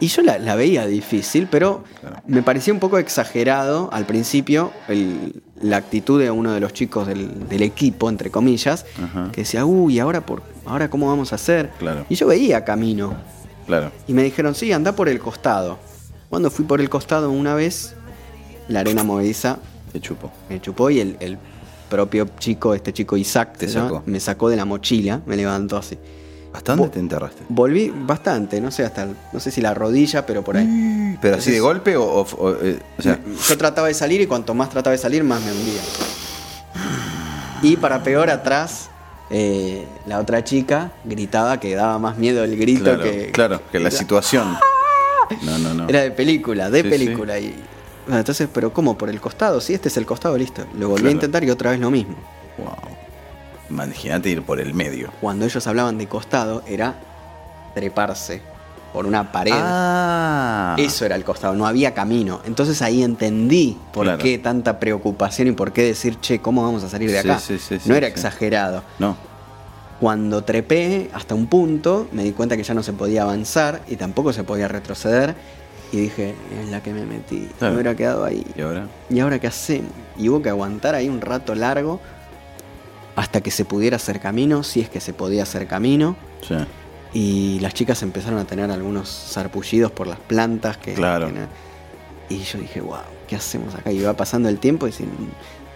S2: Y yo la, la veía difícil, pero me parecía un poco exagerado al principio el- la actitud de uno de los chicos del, del equipo, entre comillas,
S1: Ajá.
S2: que decía, uy, ahora, por, ahora cómo vamos a hacer.
S1: Claro.
S2: Y yo veía camino.
S1: Claro.
S2: Y me dijeron, sí, anda por el costado. Cuando fui por el costado una vez, la arena movediza
S1: Te chupo.
S2: me chupó y el, el propio chico, este chico Isaac,
S1: Te
S2: se llama,
S1: sacó.
S2: me sacó de la mochila, me levantó así.
S1: ¿Hasta dónde
S2: Vos-
S1: te enterraste?
S2: Volví bastante, no sé, hasta, el- no sé si la rodilla, pero por ahí. Mm,
S1: ¿Pero así de golpe o.? o- o, eh, o sea,
S2: Yo trataba de salir y cuanto más trataba de salir, más me hundía. Y para peor, atrás, eh, la otra chica gritaba que daba más miedo el grito
S1: claro,
S2: que.
S1: claro, que la situación. No, no, no.
S2: Era de película, de
S1: Sí,
S2: película. Y, bueno, entonces, pero ¿cómo? ¿Por el costado? Sí, este es el costado, listo. Lo volví
S1: Claro.
S2: a intentar y otra vez lo mismo.
S1: Wow. Imagínate ir por el medio.
S2: Cuando ellos hablaban de costado, era treparse por una pared.
S1: Ah.
S2: Eso era el costado, no había camino. Entonces ahí entendí por
S1: Claro.
S2: qué tanta preocupación y por qué decir, che, ¿cómo vamos a salir de
S1: Sí,
S2: acá?
S1: sí, sí, sí,
S2: no era
S1: sí.
S2: exagerado.
S1: No.
S2: Cuando trepé hasta un punto, me di cuenta que ya no se podía avanzar y tampoco se podía retroceder. Y dije, es la que me metí.
S1: Claro.
S2: Me hubiera quedado ahí.
S1: ¿Y ahora?
S2: ¿Y ahora qué hacemos? Y hubo que aguantar ahí un rato largo hasta que se pudiera hacer camino, si es que se podía hacer camino.
S1: Sí.
S2: Y las chicas empezaron a tener algunos sarpullidos por las plantas que...
S1: Claro.
S2: que na- y yo dije, wow, ¿qué hacemos acá? Y iba pasando el tiempo y se-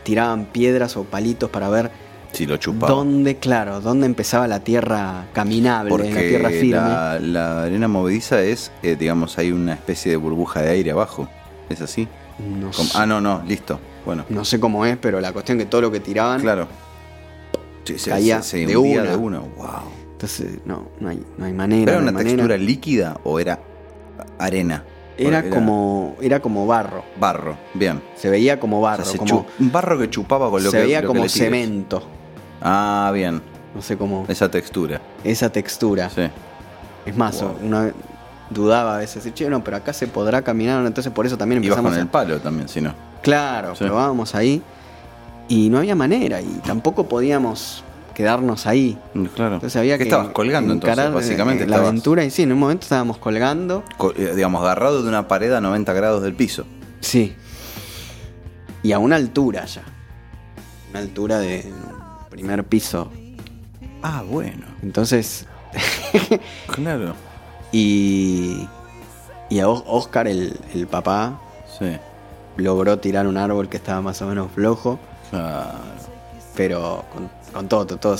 S2: tiraban piedras o palitos para ver
S1: Sí, lo chupaba.
S2: dónde, claro, dónde empezaba la tierra caminable,
S1: Porque
S2: la tierra firme.
S1: La, la arena movediza es, eh, digamos, hay una especie de burbuja de aire abajo. ¿Es así?
S2: No,
S1: Como-
S2: sé,
S1: ah, no, no, listo. Bueno,
S2: no sé cómo es, pero la cuestión que todo lo que tiraban...
S1: claro. Sí, sí,
S2: Caía
S1: sí, sí,
S2: de
S1: hundía
S2: una.
S1: de una. Wow.
S2: Entonces, no, no hay, no hay
S1: ¿Era
S2: manera. no hay
S1: una
S2: manera.
S1: textura líquida o era arena?
S2: Era,
S1: Porque
S2: como era como barro.
S1: Barro, bien.
S2: Se veía como
S1: O sea,
S2: barro,
S1: se
S2: como
S1: chu- un barro que chupaba con lo
S2: se
S1: que
S2: veía
S1: lo que
S2: como
S1: le tires.
S2: cemento.
S1: Ah, bien.
S2: No sé cómo
S1: Esa textura.
S2: esa textura.
S1: Sí.
S2: Es más,
S1: Wow.
S2: una dudaba a veces, decir, che, no, pero acá se podrá caminar, ¿no?". entonces por eso también
S1: Ibas
S2: empezamos
S1: con el
S2: a-
S1: palo también, si no.
S2: Claro,
S1: Sí.
S2: probábamos ahí y no había manera y tampoco podíamos quedarnos ahí.
S1: Mm, Claro.
S2: Entonces había que
S1: estabas colgando entonces,
S2: encarar,
S1: básicamente.
S2: eh, la
S1: estabas,
S2: aventura y sí, en un momento estábamos colgando.
S1: co- eh, digamos, agarrado de una pared a 90 grados del piso.
S2: Sí. Y a una altura ya. Una altura de un primer piso.
S1: Ah, bueno.
S2: Entonces.
S1: Claro.
S2: y. Y a Oscar, el, el papá,
S1: Sí.
S2: logró tirar un árbol que estaba más o menos flojo,
S1: Claro.
S2: pero con, con todo, todo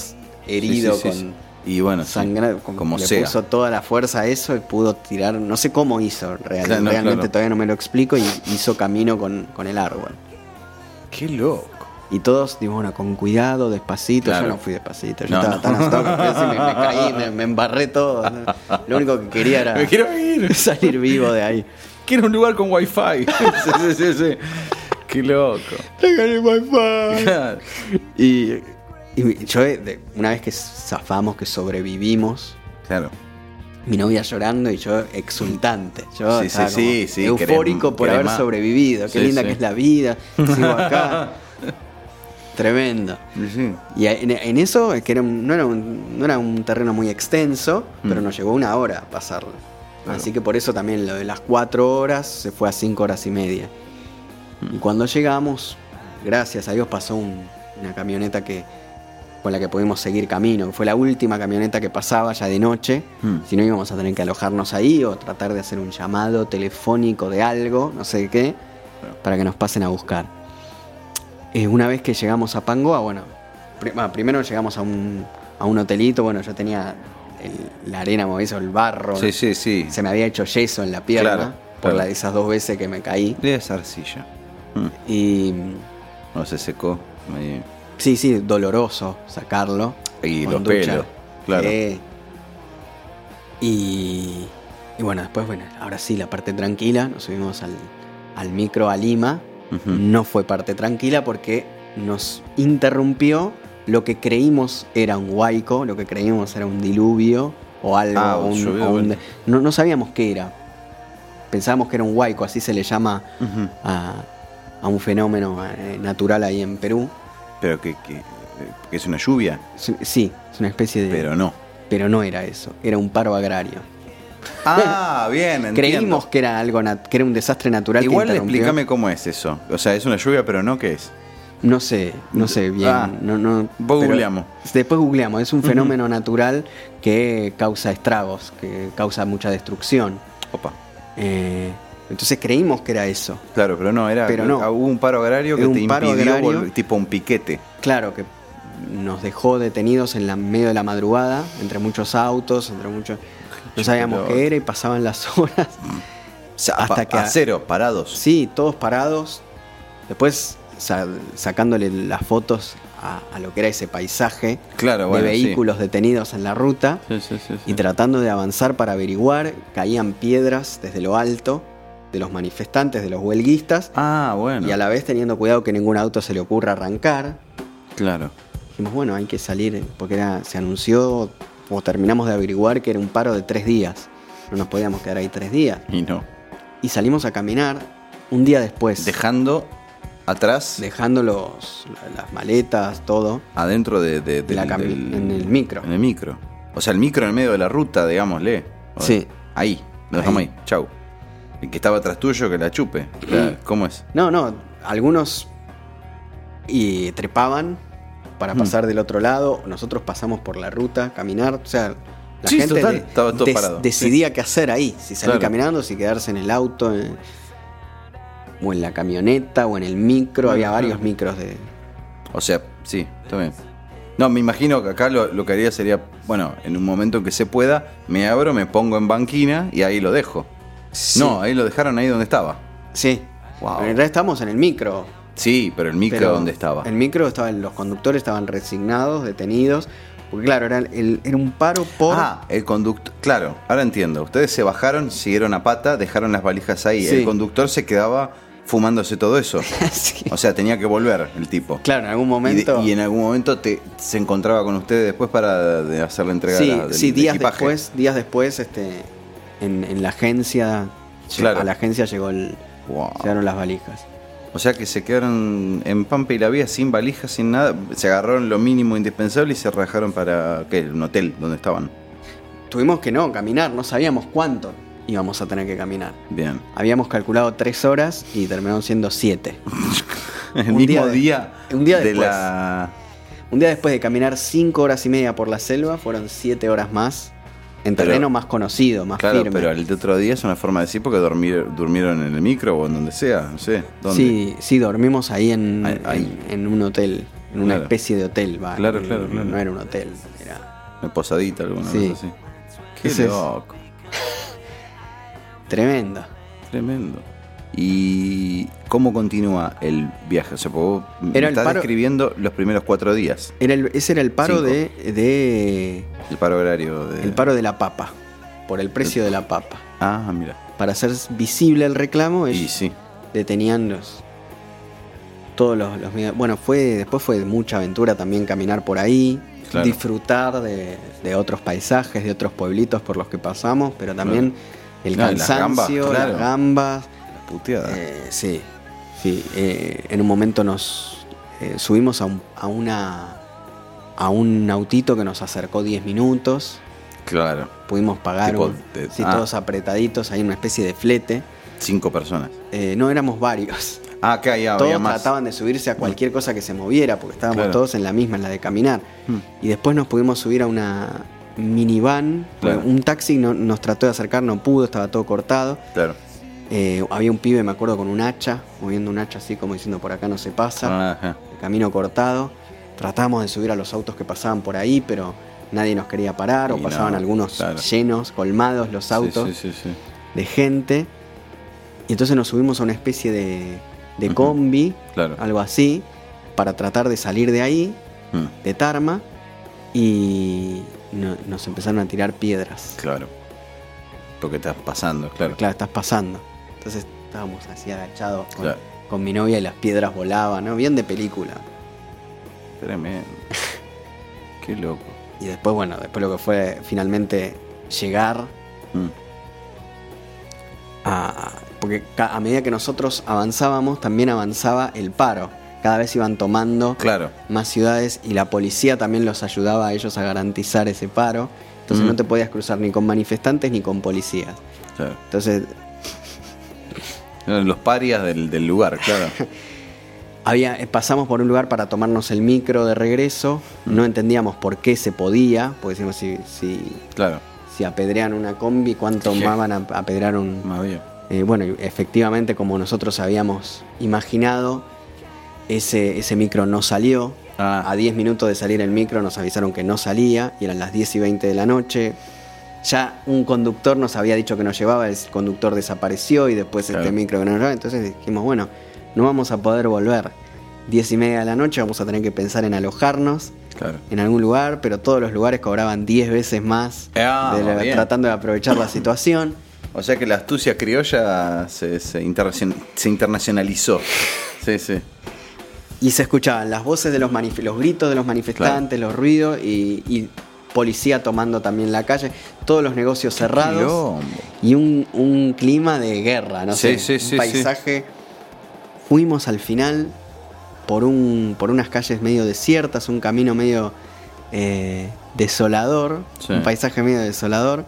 S2: herido,
S1: Sí, sí, sí,
S2: con
S1: sí. Y bueno, sí.
S2: sangrado, con-
S1: como
S2: le
S1: sea.
S2: puso toda la fuerza a eso y pudo tirar, no sé cómo hizo, real-
S1: Claro, no,
S2: realmente
S1: claro.
S2: todavía no me lo explico, y hizo camino con, con el árbol.
S1: Qué loco.
S2: Y todos, digo, bueno, con cuidado, despacito.
S1: Claro.
S2: Yo no fui despacito. Yo
S1: No,
S2: estaba
S1: no.
S2: tan asustado que fui así, me, me caí, me, me embarré todo. ¿no? Lo único que quería era
S1: Me quiero ir.
S2: salir vivo de ahí.
S1: Quiero un lugar con wifi. sí, sí, sí, sí. Qué loco. Claro.
S2: Y, y yo, eh, de- una vez que zafamos, que sobrevivimos,
S1: Claro.
S2: mi novia llorando y yo exultante. Yo
S1: Sí,
S2: estaba
S1: sí,
S2: como
S1: sí, sí,
S2: eufórico
S1: querem-
S2: por haber
S1: queremá.
S2: sobrevivido. Qué
S1: Sí,
S2: linda
S1: sí.
S2: que es la vida. Sigo acá. Tremendo.
S1: Sí.
S2: Y en, en eso, es que era un- no, era un, no era un terreno muy extenso,
S1: Mm.
S2: pero nos llevó una hora pasarlo. Así que por eso también lo de las cuatro horas se fue a cinco horas y media. Y cuando llegamos, gracias a Dios pasó un- una camioneta que con la que pudimos seguir camino. Fue la última camioneta que pasaba ya de noche.
S1: Mm.
S2: Si no íbamos a tener que alojarnos ahí o tratar de hacer un llamado telefónico de algo, no sé qué, para que nos pasen a buscar. Eh, una vez que llegamos a Pangoa, bueno, pri- bueno, primero llegamos a un, a un hotelito, bueno, yo tenía el- la arena movediza, el barro,
S1: Sí, sí, sí.
S2: se me había hecho yeso en la pierna
S1: Claro,
S2: por
S1: claro.
S2: la de esas dos veces que me caí.
S1: Es arcilla. Mm.
S2: Y
S1: No se secó. Ahí.
S2: sí, sí, doloroso sacarlo.
S1: Y
S2: con
S1: los
S2: ducha.
S1: pelos. Claro.
S2: Sí. Y, y bueno, después, bueno, ahora sí, la parte tranquila, nos subimos al, al micro a Lima.
S1: Ujú.
S2: No fue parte tranquila porque nos interrumpió lo que creímos era un huaico, lo que creímos era un diluvio o algo.
S1: Ah,
S2: o un-
S1: yo veo,
S2: o un-
S1: bueno.
S2: no, no sabíamos qué era. Pensábamos que era un huaico, así se le llama
S1: Ujú.
S2: a, a un fenómeno eh, natural ahí en Perú.
S1: Pero que, que- que es una lluvia,
S2: Sí, Sí, es una especie de...
S1: pero no.
S2: pero no era eso, era un paro agrario.
S1: Ah, bien, entiendo.
S2: Creímos que era algo nat- que era un desastre natural. que
S1: Igual
S2: interrumpió.
S1: explícame cómo es eso. O sea, es una lluvia, pero no qué es.
S2: No sé, no sé bien.
S1: Ah,
S2: no, no,
S1: vos
S2: pero-
S1: googleamos.
S2: Después googleamos. Es un fenómeno natural que causa estragos, que causa mucha destrucción.
S1: Opa.
S2: Eh, entonces creímos que era eso.
S1: Claro, pero no, era
S2: Pero no.
S1: hubo un paro agrario que
S2: Era un
S1: te
S2: paro
S1: impidió
S2: agrario.
S1: vol- tipo un piquete.
S2: Claro que nos dejó detenidos en la medio de la madrugada, entre muchos autos, entre muchos. No sabíamos
S1: pelota.
S2: qué era y pasaban las horas.
S1: O sea,
S2: Hasta
S1: pa-
S2: que-
S1: a cero, parados.
S2: Sí, todos parados. Después sa- sacándole las fotos a, a lo que era ese paisaje
S1: Claro, bueno,
S2: de
S1: sí.
S2: vehículos detenidos en la ruta y tratando de avanzar para averiguar, caían piedras desde lo alto de los manifestantes, de los huelguistas
S1: Ah, bueno.
S2: y a la vez teniendo cuidado que ningún auto se le ocurra arrancar.
S1: Claro.
S2: Dijimos, bueno, hay que salir porque era, se anunció o terminamos de averiguar que era un paro de tres días. No nos podíamos quedar ahí tres días.
S1: Y no.
S2: Y salimos a caminar un día después.
S1: Dejando atrás,
S2: dejando los, las maletas, todo.
S1: adentro de, de-
S2: De la
S1: del-
S2: cami-
S1: del-
S2: en el micro.
S1: En el micro. O sea, el micro en el medio de la ruta, digámosle. O-
S2: Sí.
S1: Ahí. Lo dejamos ahí. Chau. El que estaba atrás tuyo que la chupe. O sea, ¿Cómo es?
S2: No, no, algunos y trepaban para
S1: Mm.
S2: pasar del otro lado, nosotros pasamos por la ruta, caminar, o sea, la
S1: Sí,
S2: gente
S1: total,
S2: de-
S1: estaba todo
S2: des-
S1: parado.
S2: decidía qué hacer ahí, si salir
S1: Claro.
S2: caminando, si quedarse en el auto, en- o en la camioneta, o en el micro, había varios micros de...
S1: O sea, sí, está bien. No, me imagino que acá lo, lo que haría sería, bueno, en un momento en que se pueda, me abro, me pongo en banquina y ahí lo dejo. No, ahí lo dejaron ahí donde estaba.
S2: Sí,
S1: Wow.
S2: en realidad estamos en el micro,
S1: Sí, pero el micro
S2: Pero
S1: donde estaba.
S2: El micro estaban, los conductores estaban resignados, detenidos. Porque claro, era, el- era un paro por.
S1: Ah, el conductor. Claro, ahora entiendo. Ustedes se bajaron, siguieron a pata, dejaron las valijas ahí.
S2: Sí.
S1: El conductor se quedaba fumándose todo eso.
S2: Sí.
S1: O sea, tenía que volver el tipo.
S2: Claro, en algún
S1: Y, de-
S2: momento.
S1: y en algún momento te- se encontraba con ustedes después para de hacer la entrega
S2: sí,
S1: de la- del
S2: sí, días
S1: equipaje.
S2: después, días después, este, en, en la agencia.
S1: Claro.
S2: A la agencia llegó el.
S1: Wow.
S2: Llegaron las valijas.
S1: O sea que se quedaron en Pampa y la Vía sin valijas, sin nada. Se agarraron lo mínimo indispensable y se rajaron para ¿qué? un hotel donde estaban.
S2: Tuvimos que no, caminar, no sabíamos cuánto íbamos a tener que caminar.
S1: Bien.
S2: Habíamos calculado tres horas y terminaron siendo siete.
S1: El
S2: Un día
S1: mismo
S2: de-
S1: día,
S2: un día
S1: de
S2: después.
S1: la.
S2: Un día después de caminar cinco horas y media por la selva, fueron siete horas más. En
S1: Pero-
S2: terreno más conocido, más
S1: Claro,
S2: firme.
S1: pero el de otro día es una forma de decir porque dormir- durmieron en el micro o en donde sea, no sé. ¿dónde?
S2: Sí, sí, dormimos ahí en,
S1: Ahí- ahí.
S2: en- en un hotel, en una
S1: Claro.
S2: especie de hotel, va.
S1: Claro,
S2: no-
S1: claro, claro.
S2: No era un hotel, era
S1: Una posadita, alguna
S2: Sí.
S1: cosa así. Qué
S2: Ese es-
S1: loco.
S2: tremendo.
S1: Tremendo. ¿Y cómo continúa el viaje? O sea, porque vos me
S2: Era el
S1: estás
S2: paro-
S1: describiendo los primeros cuatro días.
S2: Era el- ese era el paro
S1: Cinco.
S2: de, de-
S1: El paro horario de.
S2: el paro de la papa, por el precio de la papa.
S1: Ah, mira.
S2: Para hacer visible el reclamo,
S1: Y
S2: ellos
S1: sí.
S2: detenían los todos los, los medios- Bueno, fue después fue mucha aventura también caminar por ahí,
S1: Claro.
S2: disfrutar de, de otros paisajes, de otros pueblitos por los que pasamos, pero también el
S1: No, y las gambas,
S2: cansancio, las gambas.
S1: claro. Ah. La puteada.
S2: eh, sí, sí. eh, en un momento nos eh, subimos a, un, a una a un autito que nos acercó 10 minutos,
S1: Claro.
S2: pudimos pagar,
S1: Tipo
S2: un-
S1: de-
S2: sí,
S1: ah.
S2: todos apretaditos, hay una especie de flete.
S1: Cinco personas.
S2: Eh, no éramos varios.
S1: Ah, que ahí había
S2: Todos
S1: más. Mm.
S2: trataban de subirse a cualquier cosa que se moviera, porque estábamos
S1: Claro.
S2: todos en la misma, en la de caminar.
S1: Hmm.
S2: Y después nos pudimos subir a una minivan.
S1: Claro.
S2: Un taxi no- nos trató de acercar, no pudo, estaba todo cortado.
S1: Claro.
S2: Eh, había un pibe, me acuerdo, con un hacha, moviendo un hacha así como diciendo por acá no se pasa,
S1: Ah, ajá.
S2: el camino cortado. Tratamos de subir a los autos que pasaban por ahí, pero nadie nos quería parar o
S1: Y
S2: pasaban
S1: no,
S2: algunos
S1: claro.
S2: llenos, colmados los autos
S1: Sí, sí, sí, sí.
S2: de gente. Y entonces nos subimos a una especie de, de combi,
S1: Claro.
S2: algo así, para tratar de salir de ahí,
S1: Mm,
S2: de Tarma, y no- nos empezaron a tirar piedras.
S1: Claro. Porque estás pasando, claro.
S2: Claro, estás pasando. Entonces estábamos así agachados con,
S1: Claro.
S2: con mi novia y las piedras volaban, ¿no? Bien de película.
S1: Tremendo. Qué loco.
S2: Y después, bueno, después lo que fue finalmente llegar
S1: Mm.
S2: a. Porque ca- a medida que nosotros avanzábamos, también avanzaba el paro. Cada vez iban tomando
S1: Claro.
S2: más ciudades y la policía también los ayudaba a ellos a garantizar ese paro. Entonces
S1: Mm.
S2: no te podías cruzar ni con manifestantes ni con policías.
S1: claro.
S2: Entonces
S1: Eran los parias del, del lugar, claro.
S2: había, eh, pasamos por un lugar para tomarnos el micro de regreso.
S1: Mm.
S2: No entendíamos por qué se podía, porque decimos si, si,
S1: Claro.
S2: si apedrean una combi, ¿cuánto
S1: Sí.
S2: más van a apedrear un,
S1: Más bien.
S2: Eh, bueno, y efectivamente, como nosotros habíamos imaginado, ese, ese micro no salió.
S1: Ah.
S2: A 10 minutos de salir el micro nos avisaron que no salía y eran las 10 y 20 de la noche. Ya un conductor nos había dicho que nos llevaba, el conductor desapareció y después
S1: Claro.
S2: este micro que nos llevaba. Entonces dijimos, bueno, no vamos a poder volver. 10 y media de la noche vamos a tener que pensar en alojarnos
S1: Claro.
S2: en algún lugar, pero todos los lugares cobraban 10 veces más
S1: Ah,
S2: de la-
S1: bien.
S2: tratando de aprovechar la situación.
S1: O sea que la astucia criolla se, se interracion- se internacionalizó. Sí, sí.
S2: Y se escuchaban las voces de los manif- los gritos de los manifestantes, los ruidos y, y policía tomando también la calle, todos los negocios cerrados
S1: Quilombo.
S2: y un, un clima de guerra, no
S1: Sí,
S2: sé,
S1: sí,
S2: un
S1: sí,
S2: paisaje. Fuimos al final por un por unas calles medio desiertas, un camino medio eh, desolador,
S1: Sí.
S2: un paisaje medio desolador.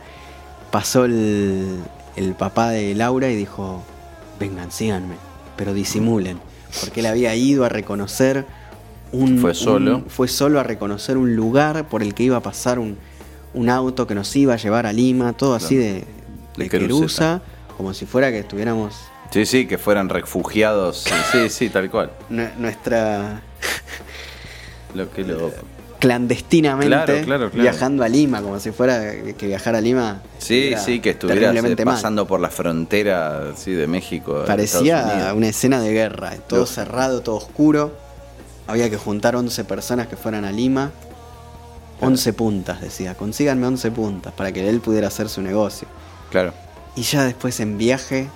S2: Pasó el, el papá de Laura y dijo, vengan, síganme, pero disimulen, porque él había ido a reconocer un...
S1: Fue solo.
S2: un- fue solo a reconocer un lugar por el que iba a pasar un, un auto que nos iba a llevar a Lima, todo así
S1: Claro.
S2: de,
S1: De
S2: de
S1: querusa.
S2: querusa, como si fuera que estuviéramos
S1: Sí, sí, que fueran refugiados. Sí, sí, sí, tal cual.
S2: nue- nuestra
S1: Lo que lo.
S2: clandestinamente
S1: Claro, claro, claro.
S2: viajando a Lima, como si fuera que viajar a Lima.
S1: Sí,
S2: era
S1: sí, que estuvieras eh,
S2: terriblemente mal.
S1: pasando por la frontera sí, de México. a Estados
S2: Parecía
S1: Unidos.
S2: una escena de guerra, todo
S1: Loco.
S2: cerrado, todo oscuro. Había que juntar 11 personas que fueran a Lima. 11 puntas, decía, consíganme 11 puntas para que él pudiera hacer su negocio.
S1: Claro.
S2: Y ya después en viaje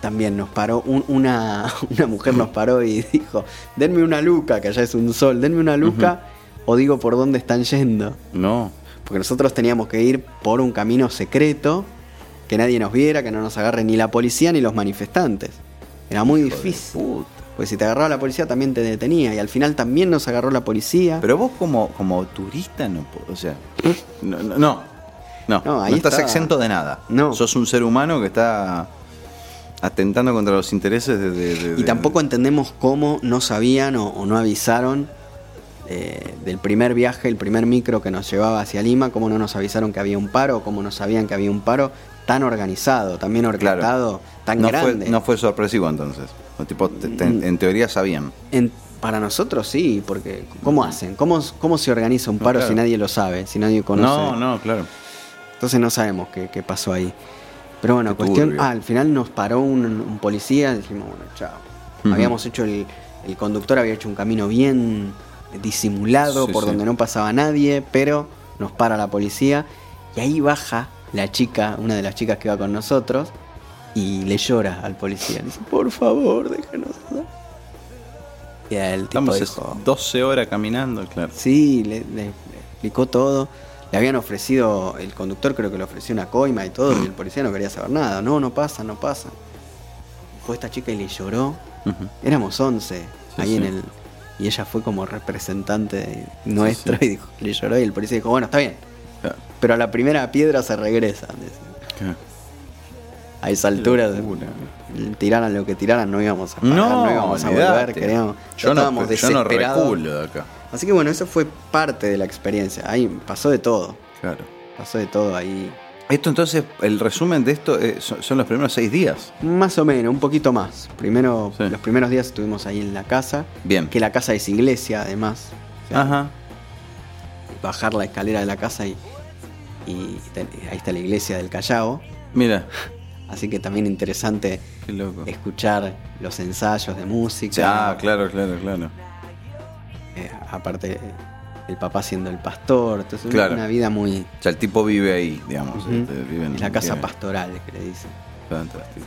S2: también nos paró, un- una, una mujer nos paró y dijo, denme una luca, que allá es un sol, denme una luca o digo por dónde están yendo.
S1: No.
S2: Porque nosotros teníamos que ir por un camino secreto, que nadie nos viera, que no nos agarre ni la policía ni los manifestantes. Era muy difícil. Pues si te agarraba la policía también te detenía y al final también nos agarró la policía.
S1: Pero vos como, como turista no po- o sea, no, no, no, no,
S2: No, ahí
S1: no estás
S2: está.
S1: exento de nada.
S2: No.
S1: Sos un ser humano que está atentando contra los intereses de, de- de-
S2: Y
S1: de-
S2: tampoco entendemos cómo no sabían o, o no avisaron eh, del primer viaje, el primer micro que nos llevaba hacia Lima, cómo no nos avisaron que había un paro, cómo no sabían que había un paro tan organizado, tan bien
S1: Claro.
S2: orquestado, tan
S1: no
S2: grande. Mm.
S1: Fue, no fue sorpresivo entonces. O tipo, te- te- en teoría sabían.
S2: En- para nosotros sí, porque ¿cómo hacen? ¿Cómo, cómo se organiza un paro
S1: claro.
S2: si nadie lo sabe, si nadie
S1: No,
S2: conoce?
S1: no, claro.
S2: Entonces no sabemos qué, qué pasó ahí. Pero bueno,
S1: Qué
S2: cuestión.
S1: turbio.
S2: Ah, al final nos paró un, un policía. Dijimos, bueno, chao.
S1: Ujú.
S2: Habíamos hecho el. El conductor había hecho un camino bien disimulado
S1: Sí,
S2: por
S1: sí.
S2: donde no pasaba nadie, pero nos para la policía. Y ahí baja la chica, una de las chicas que iba con nosotros, y le llora al policía. Le dice, por favor, déjanos. andar". Y el tipo
S1: Estamos
S2: dijo,
S1: 12 horas caminando, claro.
S2: Sí, le, le- le explicó todo. Le habían ofrecido, el conductor creo que le ofreció una coima y todo, y el policía no quería saber nada. No, no pasa, no pasa. Fue esta chica y le lloró.
S1: Ujú.
S2: Éramos 11 ahí
S1: sí.
S2: en el. Y ella fue como representante de- nuestro y dijo, le lloró y el policía dijo, bueno, está bien,
S1: Claro.
S2: pero a la primera piedra se regresa. decía.
S1: Claro.
S2: A esa altura,
S1: locura.
S2: tiraran lo que tiraran, no íbamos a parar, no,
S1: No,
S2: íbamos a
S1: olvidate.
S2: volver, queríamos, ya
S1: Yo no,
S2: estábamos
S1: yo no
S2: desesperados.
S1: reculo de acá.
S2: Así que bueno, eso fue parte de la experiencia. Ahí pasó de todo.
S1: Claro.
S2: Pasó de todo ahí.
S1: Esto entonces, el resumen de esto eh, son, son los primeros seis días.
S2: Más o menos, un poquito más. Primero,
S1: Sí.
S2: los primeros días estuvimos ahí en la casa.
S1: Bien.
S2: Que la casa es iglesia, además. O sea,
S1: Ajá.
S2: Bajar la escalera de la casa y, y ten- ahí está la iglesia del Callao.
S1: Mira,
S2: Así que también interesante
S1: qué loco.
S2: escuchar los ensayos de música.
S1: Ah, claro, claro, claro.
S2: Eh, aparte, el papá siendo el pastor. Entonces, una-
S1: Claro.
S2: una vida muy.
S1: O sea, el tipo vive ahí, digamos.
S2: Ujú.
S1: este, vive en-
S2: Es la casa
S1: vive-
S2: pastoral, que le dicen.
S1: Fantástico.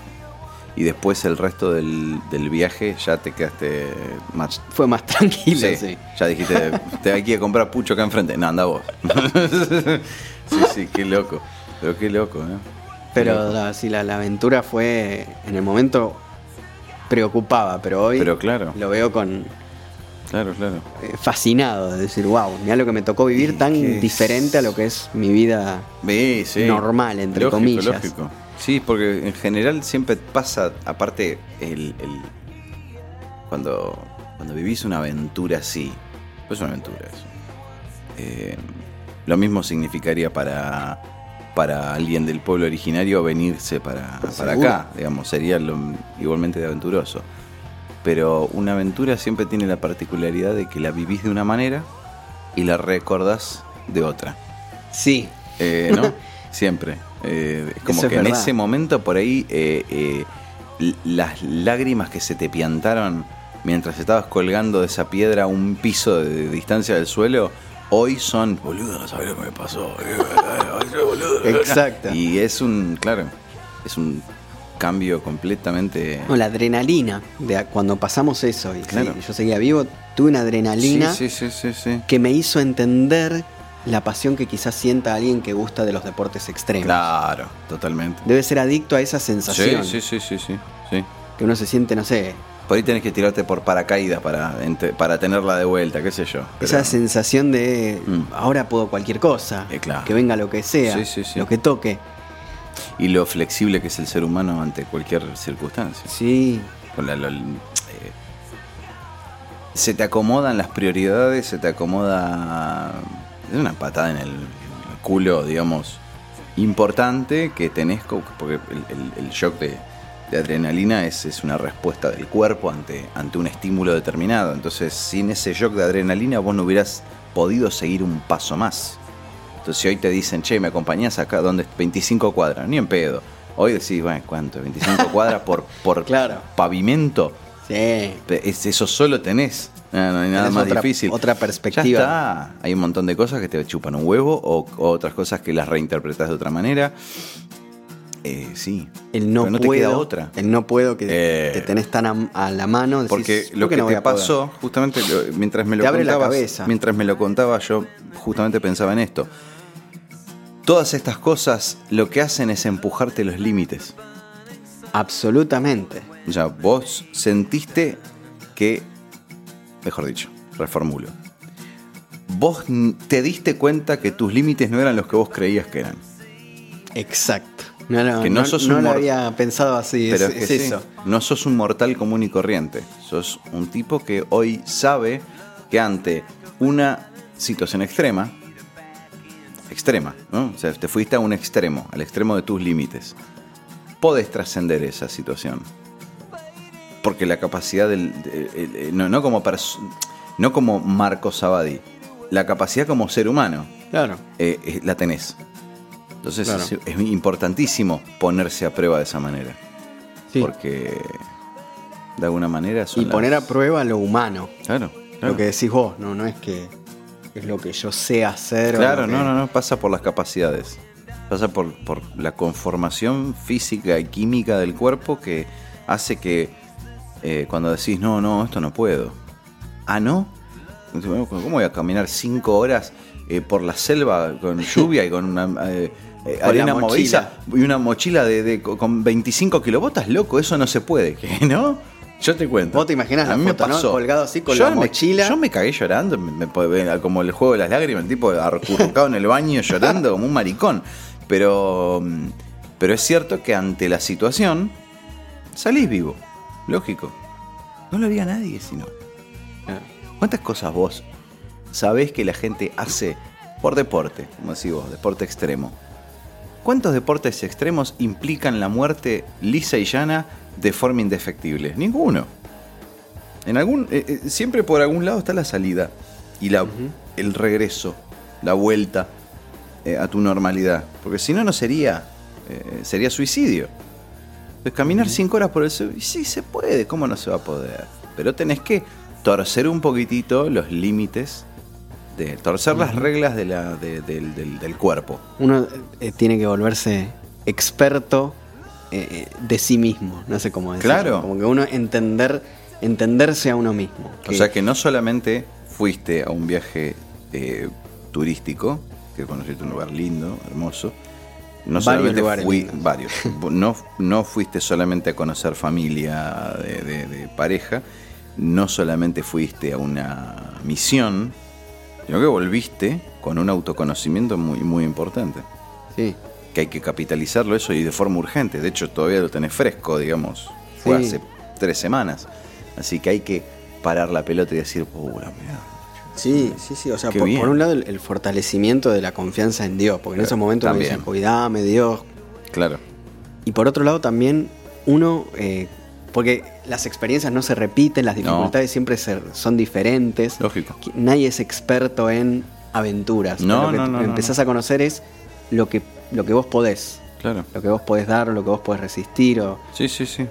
S1: y después el resto del, del viaje ya te quedaste más...
S2: Fue más tranquilo, sí.
S1: Ya dijiste, te hay que ir a comprar pucho acá enfrente. No, anda vos. sí, sí, qué loco. Pero qué loco, ¿eh?
S2: Pero la, sí, la, la aventura fue, en el momento, preocupaba, pero hoy
S1: Pero claro.
S2: lo veo con
S1: Claro, claro.
S2: eh, fascinado, de decir, wow, mira lo que me tocó vivir tan
S1: que es-
S2: diferente a lo que es mi vida.
S1: Sí, sí.
S2: normal, entre
S1: Lógico,
S2: comillas.
S1: lógico. Sí, porque en general siempre pasa, aparte, el, el- cuando, cuando vivís una aventura así, pues es una aventura eso. Eh, lo mismo significaría para, para alguien del pueblo originario venirse para, para
S2: Seguro.
S1: acá, digamos, sería lo- igualmente de aventuroso. Pero una aventura siempre tiene la particularidad de que la vivís de una manera y la recordás de otra.
S2: Sí,
S1: Eh, ¿no? Siempre. Eh, es como
S2: Eso es
S1: que en
S2: verdad.
S1: ese momento por ahí eh, eh, l- las lágrimas que se te piantaron mientras estabas colgando de esa piedra a un piso de, de distancia del suelo, hoy son, boludo, no sabés lo que me pasó.
S2: exacto.
S1: y es un, claro, es un cambio completamente...
S2: No, la adrenalina de a- cuando pasamos eso y
S1: Claro.
S2: sí, yo seguía vivo, tuve una adrenalina
S1: Sí, sí, sí, sí, sí.
S2: que me hizo entender la pasión que quizás sienta alguien que gusta de los deportes extremos.
S1: Claro, totalmente.
S2: Debe ser adicto a esa
S1: Sí,
S2: sensación
S1: sí, sí, sí, sí, sí.
S2: que uno se siente, no sé,
S1: Por ahí tenés que tirarte por paracaídas para, ente- para tenerla de vuelta, qué sé yo. pero-
S2: esa sensación de
S1: Mm.
S2: ahora puedo cualquier cosa,
S1: Eh, claro.
S2: que venga lo que sea,
S1: Sí, sí, sí.
S2: lo que toque.
S1: y lo flexible que es el ser humano ante cualquier circunstancia.
S2: Sí,
S1: Con la- la- eh, se te acomodan las prioridades, se te acomoda es una patada en el culo, digamos, importante que tenés, co- porque el, el- el shock de, de adrenalina es, es una respuesta del cuerpo ante, ante un estímulo determinado. Entonces, sin ese shock de adrenalina vos no hubieras podido seguir un paso más. Entonces, si hoy te dicen, che, ¿me acompañás acá? ¿Dónde? 25 cuadras, ni en pedo. Hoy decís, bueno, ¿cuánto? 25 cuadras por, por
S2: Claro.
S1: pavimento.
S2: sí.
S1: Pe- es- Eso solo tenés. No, no hay nada
S2: Tenés
S1: más
S2: otra-
S1: difícil.
S2: otra perspectiva.
S1: Ya está. Hay un montón de cosas que te chupan un huevo o, o otras cosas que las reinterpretás de otra manera. Eh, sí.
S2: El no,
S1: Pero no
S2: puedo,
S1: te queda otra.
S2: El no puedo que,
S1: Eh.
S2: que tenés tan am- a, la mano. decís,
S1: Porque
S2: "¿Por
S1: lo
S2: qué
S1: que
S2: no voy
S1: te
S2: a poder?".
S1: pasó, justamente lo- mientras me lo
S2: Te abre la
S1: contabas,
S2: cabeza.
S1: mientras me lo contaba, yo justamente pensaba en esto. Todas estas cosas lo que hacen es empujarte los límites.
S2: Absolutamente.
S1: O sea, vos sentiste que, mejor dicho, reformulo. Vos n- te diste cuenta que tus límites no eran los que vos creías que eran.
S2: Exacto. No, no,
S1: Que no
S2: no-
S1: sos
S2: no
S1: un
S2: lo
S1: mor-
S2: había pensado así.
S1: Pero
S2: es,
S1: es que
S2: es
S1: sí,
S2: eso.
S1: no sos un mortal común y corriente. Sos un tipo que hoy sabe que ante una situación extrema, extrema, ¿no? O sea, te fuiste a un extremo, al extremo de tus límites. Podés trascender esa situación. Porque la capacidad del. de- el- el- no, no como pers- no como Marco Sabadi, la capacidad como ser humano
S2: Claro.
S1: eh, eh, la tenés. Entonces
S2: Claro.
S1: es- es importantísimo ponerse a prueba de esa manera
S2: sí.
S1: porque de alguna manera son
S2: Y poner a
S1: las-
S2: prueba lo humano.
S1: claro, claro.
S2: Lo que decís vos. No, no es que es lo que yo sé hacer. o
S1: Claro,
S2: lo que-
S1: no, no, no, pasa por las capacidades. Pasa por, por la conformación física y química del cuerpo que hace que eh, cuando decís, no, no, esto no puedo. Ah, no. Dice, bueno, ¿Cómo voy a caminar cinco horas eh, por la selva con lluvia y con una eh, eh,
S2: la
S1: arena
S2: mochila.
S1: movediza y una mochila de, de- con 25 kilos? ¿Vos estás loco? Eso no se puede, ¿qué? ¿no? Yo te cuento.
S2: Vos te imaginás
S1: A
S2: la
S1: mí
S2: foto, ¿no? Colgado así con la
S1: me-
S2: mochila.
S1: yo me cagué llorando, me- me puede ver como el juego de las lágrimas, el tipo arcurrucado en el baño llorando como un maricón. Pero, mm, pero es cierto que ante la situación salís vivo, lógico. No lo haría nadie sino.
S2: Ah,
S1: ¿Cuántas cosas vos sabés que la gente hace por deporte, como decís vos, deporte extremo? ¿Cuántos deportes extremos implican la muerte lisa y llana de forma indefectible? Ninguno. En algún, eh, eh, siempre por algún lado está la salida y la, el regreso, la vuelta eh, a tu normalidad. Porque si no, no sería, eh, sería suicidio. Entonces, caminar cinco horas por el sur, y sí se puede, ¿cómo no se va a poder? Pero tenés que torcer un poquitito los límites, de, torcer las reglas de la, de- del- del- del cuerpo.
S2: Uno eh, tiene que volverse experto eh, de sí mismo, no sé cómo decirlo.
S1: Claro.
S2: Como que uno entender, entenderse a uno mismo.
S1: O sea que no solamente fuiste a un viaje eh, turístico, que conociste un lugar lindo, hermoso. No
S2: Varios
S1: solamente
S2: lugares
S1: fui-
S2: lindos.
S1: varios. No, no fuiste solamente a conocer familia de, de- de pareja, no solamente fuiste a una misión, sino que volviste con un autoconocimiento muy, muy importante.
S2: Sí.
S1: Que hay que capitalizarlo eso y de forma urgente. De hecho, todavía lo tenés fresco, digamos. Fue
S2: Sí.
S1: hace tres semanas. Así que hay que parar la pelota y decir, "Oh, la mierda".
S2: Sí, sí, sí. O sea,
S1: Qué
S2: por,
S1: bien.
S2: por un lado el, el fortalecimiento de la confianza en Dios, porque en
S1: Claro,
S2: esos momentos uno dice,
S1: también.
S2: cuidame Dios.
S1: Claro.
S2: Y por otro lado también uno, eh, porque las experiencias no se repiten, las dificultades siempre se- son diferentes.
S1: Lógico.
S2: Que Nadie es experto en aventuras.
S1: No,
S2: Lo que
S1: no,
S2: tú
S1: no, no,
S2: empezás a conocer es lo que, lo que vos podés,
S1: Claro.
S2: lo que vos podés dar, lo que vos podés resistir o,
S1: Sí, sí, sí.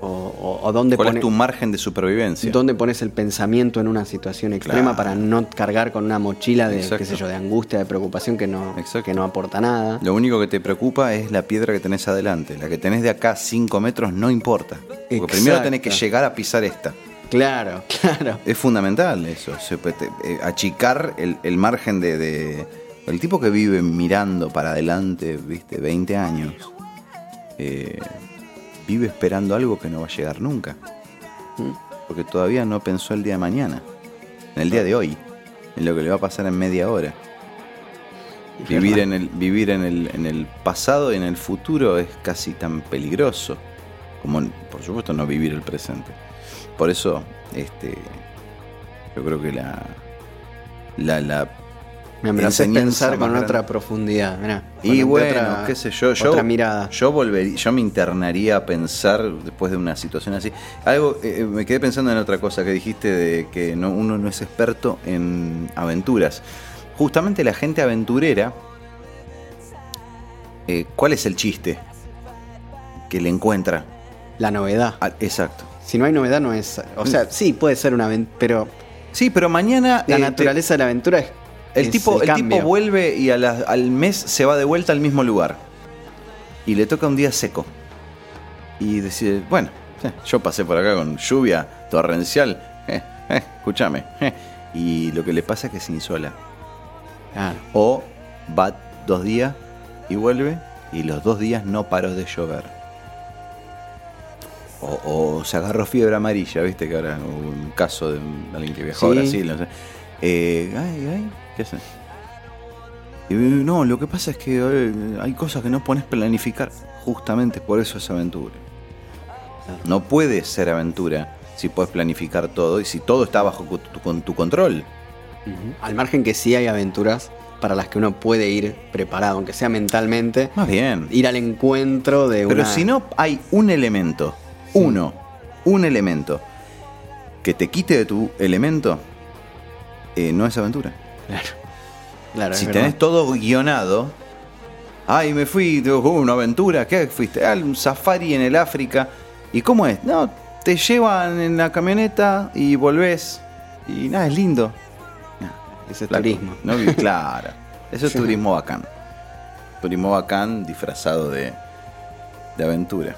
S2: o, o- o dónde,
S1: ¿Cuál
S2: pone-
S1: es tu margen de supervivencia?
S2: dónde pones el pensamiento en una situación extrema
S1: Claro.
S2: para no cargar con una mochila de,
S1: Exacto.
S2: qué sé yo, de angustia, de preocupación que no,
S1: Exacto.
S2: que no aporta nada.
S1: Lo único que te preocupa es la piedra que tenés adelante. La que tenés de acá 5 metros no importa. Porque
S2: Exacto.
S1: primero tenés que llegar a pisar esta.
S2: Claro, claro.
S1: Es fundamental eso. se puede- te- eh, achicar el, el margen de, de- El tipo que vive mirando para adelante, viste, 20 años, eh, vive esperando algo que no va a llegar nunca. Porque todavía no pensó el día de mañana, en el día de hoy, en lo que le va a pasar en media hora. Vivir, en el, vivir en, el, en el pasado y en el futuro es casi tan peligroso como, por supuesto, no vivir el presente. Por eso, este, yo creo que la, la, la
S2: Mira, me lo haces
S1: enseñanza
S2: pensar
S1: más
S2: con
S1: grande.
S2: otra profundidad, mirá.
S1: Y
S2: Ponerte
S1: bueno,
S2: otra-
S1: qué sé yo, yo,
S2: Otra mirada.
S1: yo volvería, yo me internaría a pensar después de una situación así. Algo, eh, eh, me quedé pensando en otra cosa que dijiste de que no, uno no es experto en aventuras. Justamente la gente aventurera, eh, ¿cuál es el chiste que le encuentra?
S2: La novedad.
S1: Ah, exacto.
S2: Si no hay novedad, no es. O sea, sí, puede ser una aventura, pero
S1: Sí, pero mañana
S2: la
S1: eh, te-
S2: naturaleza de la aventura es.
S1: El
S2: es
S1: tipo, el tipo
S2: cambio.
S1: vuelve y a la- al mes se va de vuelta al mismo lugar. Y le toca un día seco. Y decide, bueno, eh, yo pasé por acá con lluvia torrencial. eh, eh, escúchame. eh. Y lo que le pasa es que se insola.
S2: Claro.
S1: O va dos días y vuelve y los dos días no paró de llover. O, o se agarró fiebre amarilla, viste que ahora hubo un caso de un- alguien que viajó
S2: Sí.
S1: a Brasil, no sé. Eh, ay, ay, ¿qué hace? Y, eh, no, lo que pasa es que eh, hay cosas que no pones planificar. Justamente por eso es aventura. No puede ser aventura si puedes planificar todo y si todo está bajo cu- tu- con tu control.
S2: Ujú. Al margen que sí hay aventuras para las que uno puede ir preparado, aunque sea mentalmente,
S1: Más bien.
S2: ir al encuentro de
S1: Pero
S2: una-
S1: si no hay un elemento, uno, un elemento que te quite de tu elemento, eh, no es aventura.
S2: Claro. Claro, es
S1: si
S2: verdad.
S1: tenés todo guionado, ay, me fui, digo, "Oh, una aventura, ¿qué fuiste? Ah, un safari en el África. ¿Y cómo es? No, te llevan en la camioneta y volvés. Y nada, es lindo.
S2: Ese es
S1: Flaco,
S2: turismo.
S1: No, vi- claro. Eso es turismo bacán. Turismo bacán disfrazado de, de aventura.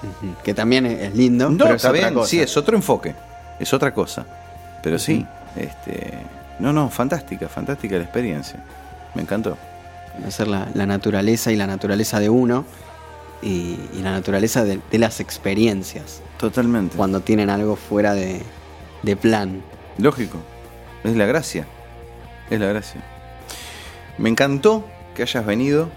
S2: Ujú. Que también es es lindo.
S1: No,
S2: pero
S1: está
S2: es otra
S1: bien,
S2: cosa.
S1: sí, es otro enfoque, es otra cosa. Pero sí, este. No, no, fantástica, fantástica la experiencia. Me encantó.
S2: Conocer la, la naturaleza y la naturaleza de uno y, y la naturaleza de- de las experiencias.
S1: Totalmente.
S2: cuando tienen algo fuera de, de plan.
S1: Lógico. Es la gracia. Es la gracia. Me encantó que hayas venido.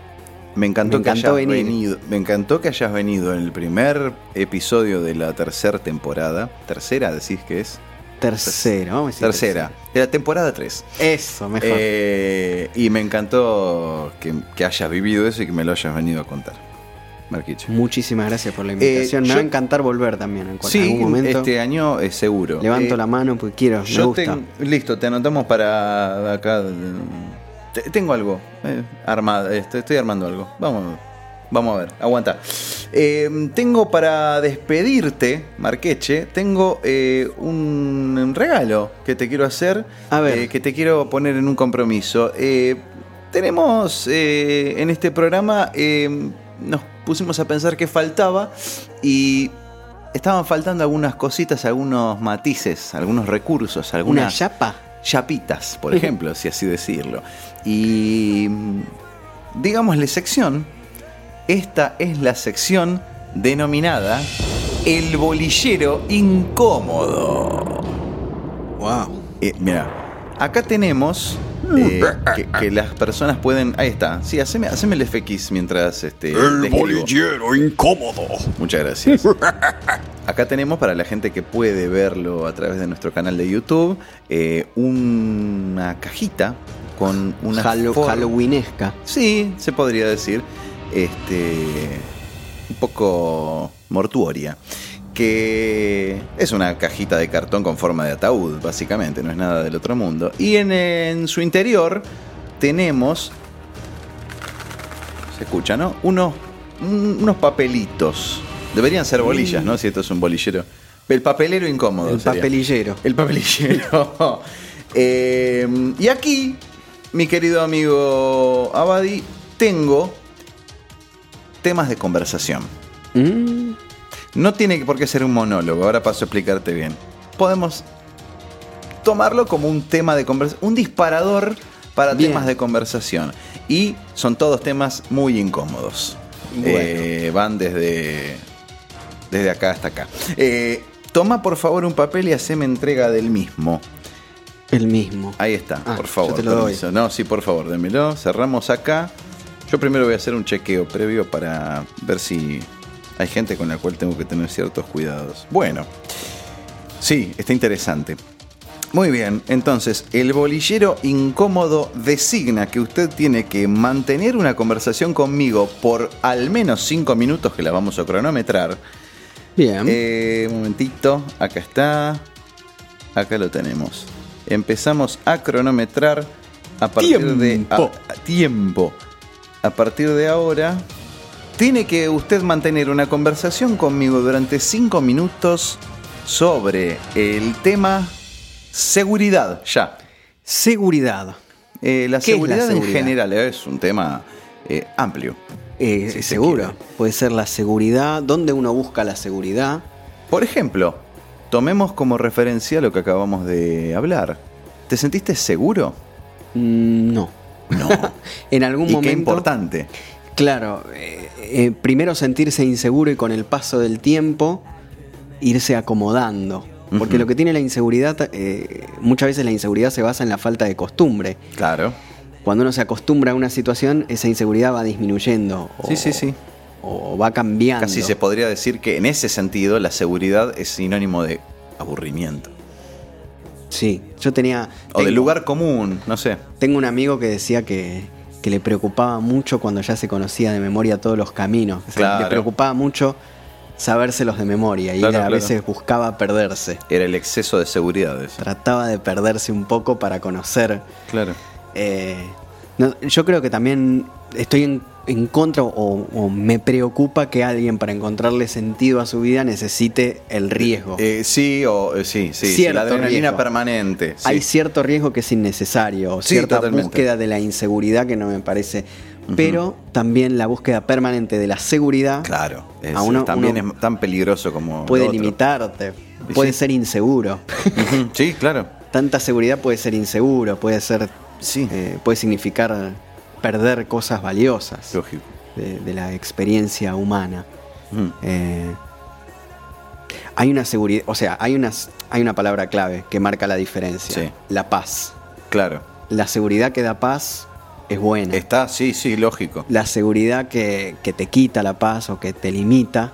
S1: Me encantó,
S2: Me
S1: que
S2: encantó
S1: hayas
S2: venir.
S1: venido. Me encantó que hayas venido en el primer episodio de la tercera temporada. Tercera, decís que es.
S2: Tercero, vamos a decir
S1: tercera. De la temporada 3.
S2: tercero. Eso, mejor.
S1: Eh, y me encantó que, que hayas vivido eso y que me lo hayas venido a contar, Marquicho.
S2: Muchísimas gracias por la invitación.
S1: eh, yo-
S2: Me va a encantar volver también en cual-
S1: Sí,
S2: algún momento.
S1: este año es seguro.
S2: levanto
S1: Eh,
S2: la mano porque quiero, me
S1: Yo
S2: gusta.
S1: ten- listo, te anotamos para acá. Te- tengo algo eh, armado, estoy, estoy armando algo. Vamos, vamos a ver, aguanta. Eh, tengo para despedirte, Marqueche, tengo eh, un regalo que te quiero hacer,
S2: A ver.
S1: eh, que te quiero poner en un compromiso. Eh, tenemos eh, en este programa, eh, nos pusimos a pensar qué faltaba y estaban faltando algunas cositas, algunos matices, algunos recursos, algunas
S2: Una chapa.
S1: chapitas, por ejemplo, si así decirlo. Y mm, digámosle sección, esta es la sección denominada El bolillero incómodo.
S2: Wow.
S1: Eh, mira, acá tenemos eh, que, que las personas pueden. Ahí está. Sí, haceme, haceme el FX mientras este.
S3: El
S1: describo.
S3: bolillero incómodo.
S1: Muchas gracias. Acá tenemos para la gente que puede verlo a través de nuestro canal de YouTube eh, una cajita con una
S2: Hallo-
S1: forma-
S2: Halloweenesca.
S1: Sí, se podría decir. Este. Un poco mortuoria. Que es una cajita de cartón con forma de ataúd, básicamente, no es nada del otro mundo. Y en, en su interior tenemos. Se escucha, ¿no? Unos, un- unos papelitos. Deberían ser bolillas, ¿no? Si esto es un bolillero. El papelero incómodo.
S2: El
S1: sería. Eh,
S2: papelillero.
S1: El papelillero. Eh, y aquí, mi querido amigo Abadi, tengo temas de conversación.
S2: Mm,
S1: No tiene por qué ser un monólogo, ahora paso a explicarte bien. Podemos tomarlo como un tema de conversación, un disparador para
S2: Bien.
S1: temas de conversación. Y son todos temas muy incómodos.
S2: Bueno.
S1: Eh, van desde, desde acá hasta acá. Eh, toma por favor un papel y haceme entrega del mismo.
S2: el mismo.
S1: Ahí está,
S2: Ah,
S1: por favor.
S2: yo te lo doy.
S1: permiso. No, sí, por favor, démelo. Cerramos acá. Yo primero voy a hacer un chequeo previo para ver si hay gente con la cual tengo que tener ciertos cuidados. Bueno, sí, está interesante. Muy bien, entonces, el bolillero incómodo designa que usted tiene que mantener una conversación conmigo por al menos 5 minutos que la vamos a cronometrar.
S2: Bien.
S1: Eh, un momentito, acá está. Acá lo tenemos. Empezamos a cronometrar a partir de
S2: Tiempo.
S1: a- a tiempo. A partir de ahora, tiene que usted mantener una conversación conmigo durante 5 minutos sobre el tema seguridad. Ya.
S2: Seguridad.
S1: Eh, la,
S2: ¿Qué es la
S1: seguridad en
S2: seguridad?
S1: general eh, es un tema eh, amplio.
S2: Eh,
S1: Si se
S2: seguro.
S1: quiere.
S2: Puede ser la seguridad. ¿Dónde uno busca la seguridad?
S1: Por ejemplo, tomemos como referencia lo que acabamos de hablar. ¿Te sentiste seguro?
S2: Mm, No.
S1: No.
S2: En algún
S1: y
S2: momento.
S1: qué importante.
S2: Claro, eh, eh, primero sentirse inseguro y con el paso del tiempo irse acomodando. Porque
S1: Ujú.
S2: lo que tiene la inseguridad, eh, muchas veces la inseguridad se basa en la falta de costumbre.
S1: Claro.
S2: Cuando uno se acostumbra a una situación, esa inseguridad va disminuyendo. o-
S1: Sí, sí, sí.
S2: O va cambiando.
S1: Casi se podría decir que en ese sentido la seguridad es sinónimo de aburrimiento.
S2: Sí, yo tenía...
S1: O de
S2: tengo-
S1: lugar común, no sé.
S2: Tengo un amigo que decía que, que le preocupaba mucho cuando ya se conocía de memoria todos los caminos. O sea,
S1: Claro.
S2: Le preocupaba mucho sabérselos de memoria y
S1: Claro,
S2: él a
S1: claro.
S2: veces buscaba perderse.
S1: Era el exceso de seguridad. eso.
S2: Trataba de perderse un poco para conocer.
S1: Claro.
S2: eh, no, yo creo que también estoy en, en contra o, o me preocupa que alguien para encontrarle sentido a su vida necesite el riesgo.
S1: Eh, sí, o eh, sí, sí, sí,
S2: Cierto
S1: La adrenalina
S2: riesgo.
S1: permanente. sí.
S2: Hay cierto riesgo que es innecesario, o
S1: Sí,
S2: cierta
S1: totalmente.
S2: búsqueda de la inseguridad que no me parece, pero también la búsqueda permanente de la seguridad
S1: Claro. es-
S2: A uno-
S1: también
S2: uno
S1: es tan peligroso como.
S2: puede
S1: lo otro.
S2: limitarte,
S1: Y
S2: puede
S1: sí.
S2: ser inseguro.
S1: Ujú, Sí, claro.
S2: Tanta seguridad puede ser inseguro, puede ser,
S1: Sí.
S2: eh, puede significar perder cosas valiosas
S1: Lógico.
S2: de, de la experiencia humana.
S1: Ujú.
S2: Eh, hay una seguridad, o sea, hay una, hay una palabra clave que marca la diferencia,
S1: Sí.
S2: la paz.
S1: Claro.
S2: La seguridad que da paz es buena.
S1: Está, sí, sí, lógico.
S2: La seguridad que, que te quita la paz o que te limita,